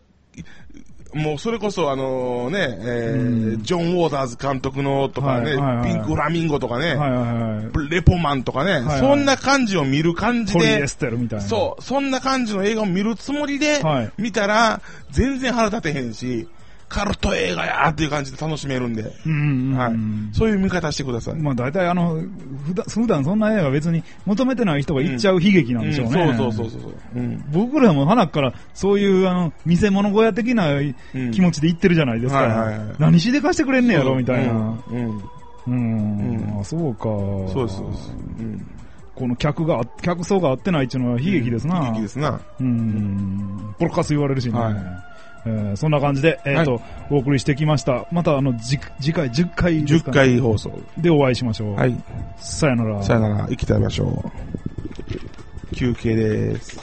Speaker 2: もうそれこそあのね、えージョン・ウォーターズ監督のとか
Speaker 1: はい
Speaker 2: ね、
Speaker 1: はいはい
Speaker 2: ピンク・フラミンゴとかね、
Speaker 1: はいはいはい。
Speaker 2: レポマンとかね、
Speaker 1: はい
Speaker 2: そんな感じを見る感じ
Speaker 1: ポリエ
Speaker 2: で、
Speaker 1: ステルみたいな。
Speaker 2: そう、そんな感じの映画を見るつもりで、
Speaker 1: はい
Speaker 2: 見たら全然腹立てへんし、カルト映画やーっていう感じで楽しめるんで。
Speaker 1: うんうんうん。
Speaker 2: はい。そういう見方してください。
Speaker 1: まあ大体あの、普段、普段そんな映画別に求めてない人が行っちゃう悲劇なん
Speaker 2: うん
Speaker 1: でし
Speaker 2: そ
Speaker 1: ょう
Speaker 2: う
Speaker 1: ね。
Speaker 2: そうそうそうそう。うん。
Speaker 1: 僕らも花からそういうあの、見せ物小屋的な気持ちで行ってるじゃないです
Speaker 2: はいはいは
Speaker 1: か
Speaker 2: い。
Speaker 1: 何しでかしてくれんねやろみたいな。
Speaker 2: うん。うん
Speaker 1: うん
Speaker 2: う。ん
Speaker 1: あ、そうか。
Speaker 2: そうです、そうです。うん。
Speaker 1: この客が、客層が合ってないっていうのは悲劇ですな。
Speaker 2: 元気ですな。
Speaker 1: うん。ポロカス言われるしね。
Speaker 2: はい
Speaker 1: えーそんな感じで、えっ、と、お送りしてきました。また、あの、じ次回、10回ですか
Speaker 2: 10
Speaker 1: ね
Speaker 2: 回放送。
Speaker 1: でお会いしましょう。
Speaker 2: はい。
Speaker 1: さよなら。
Speaker 2: さよなら。生きていましょう。休憩です。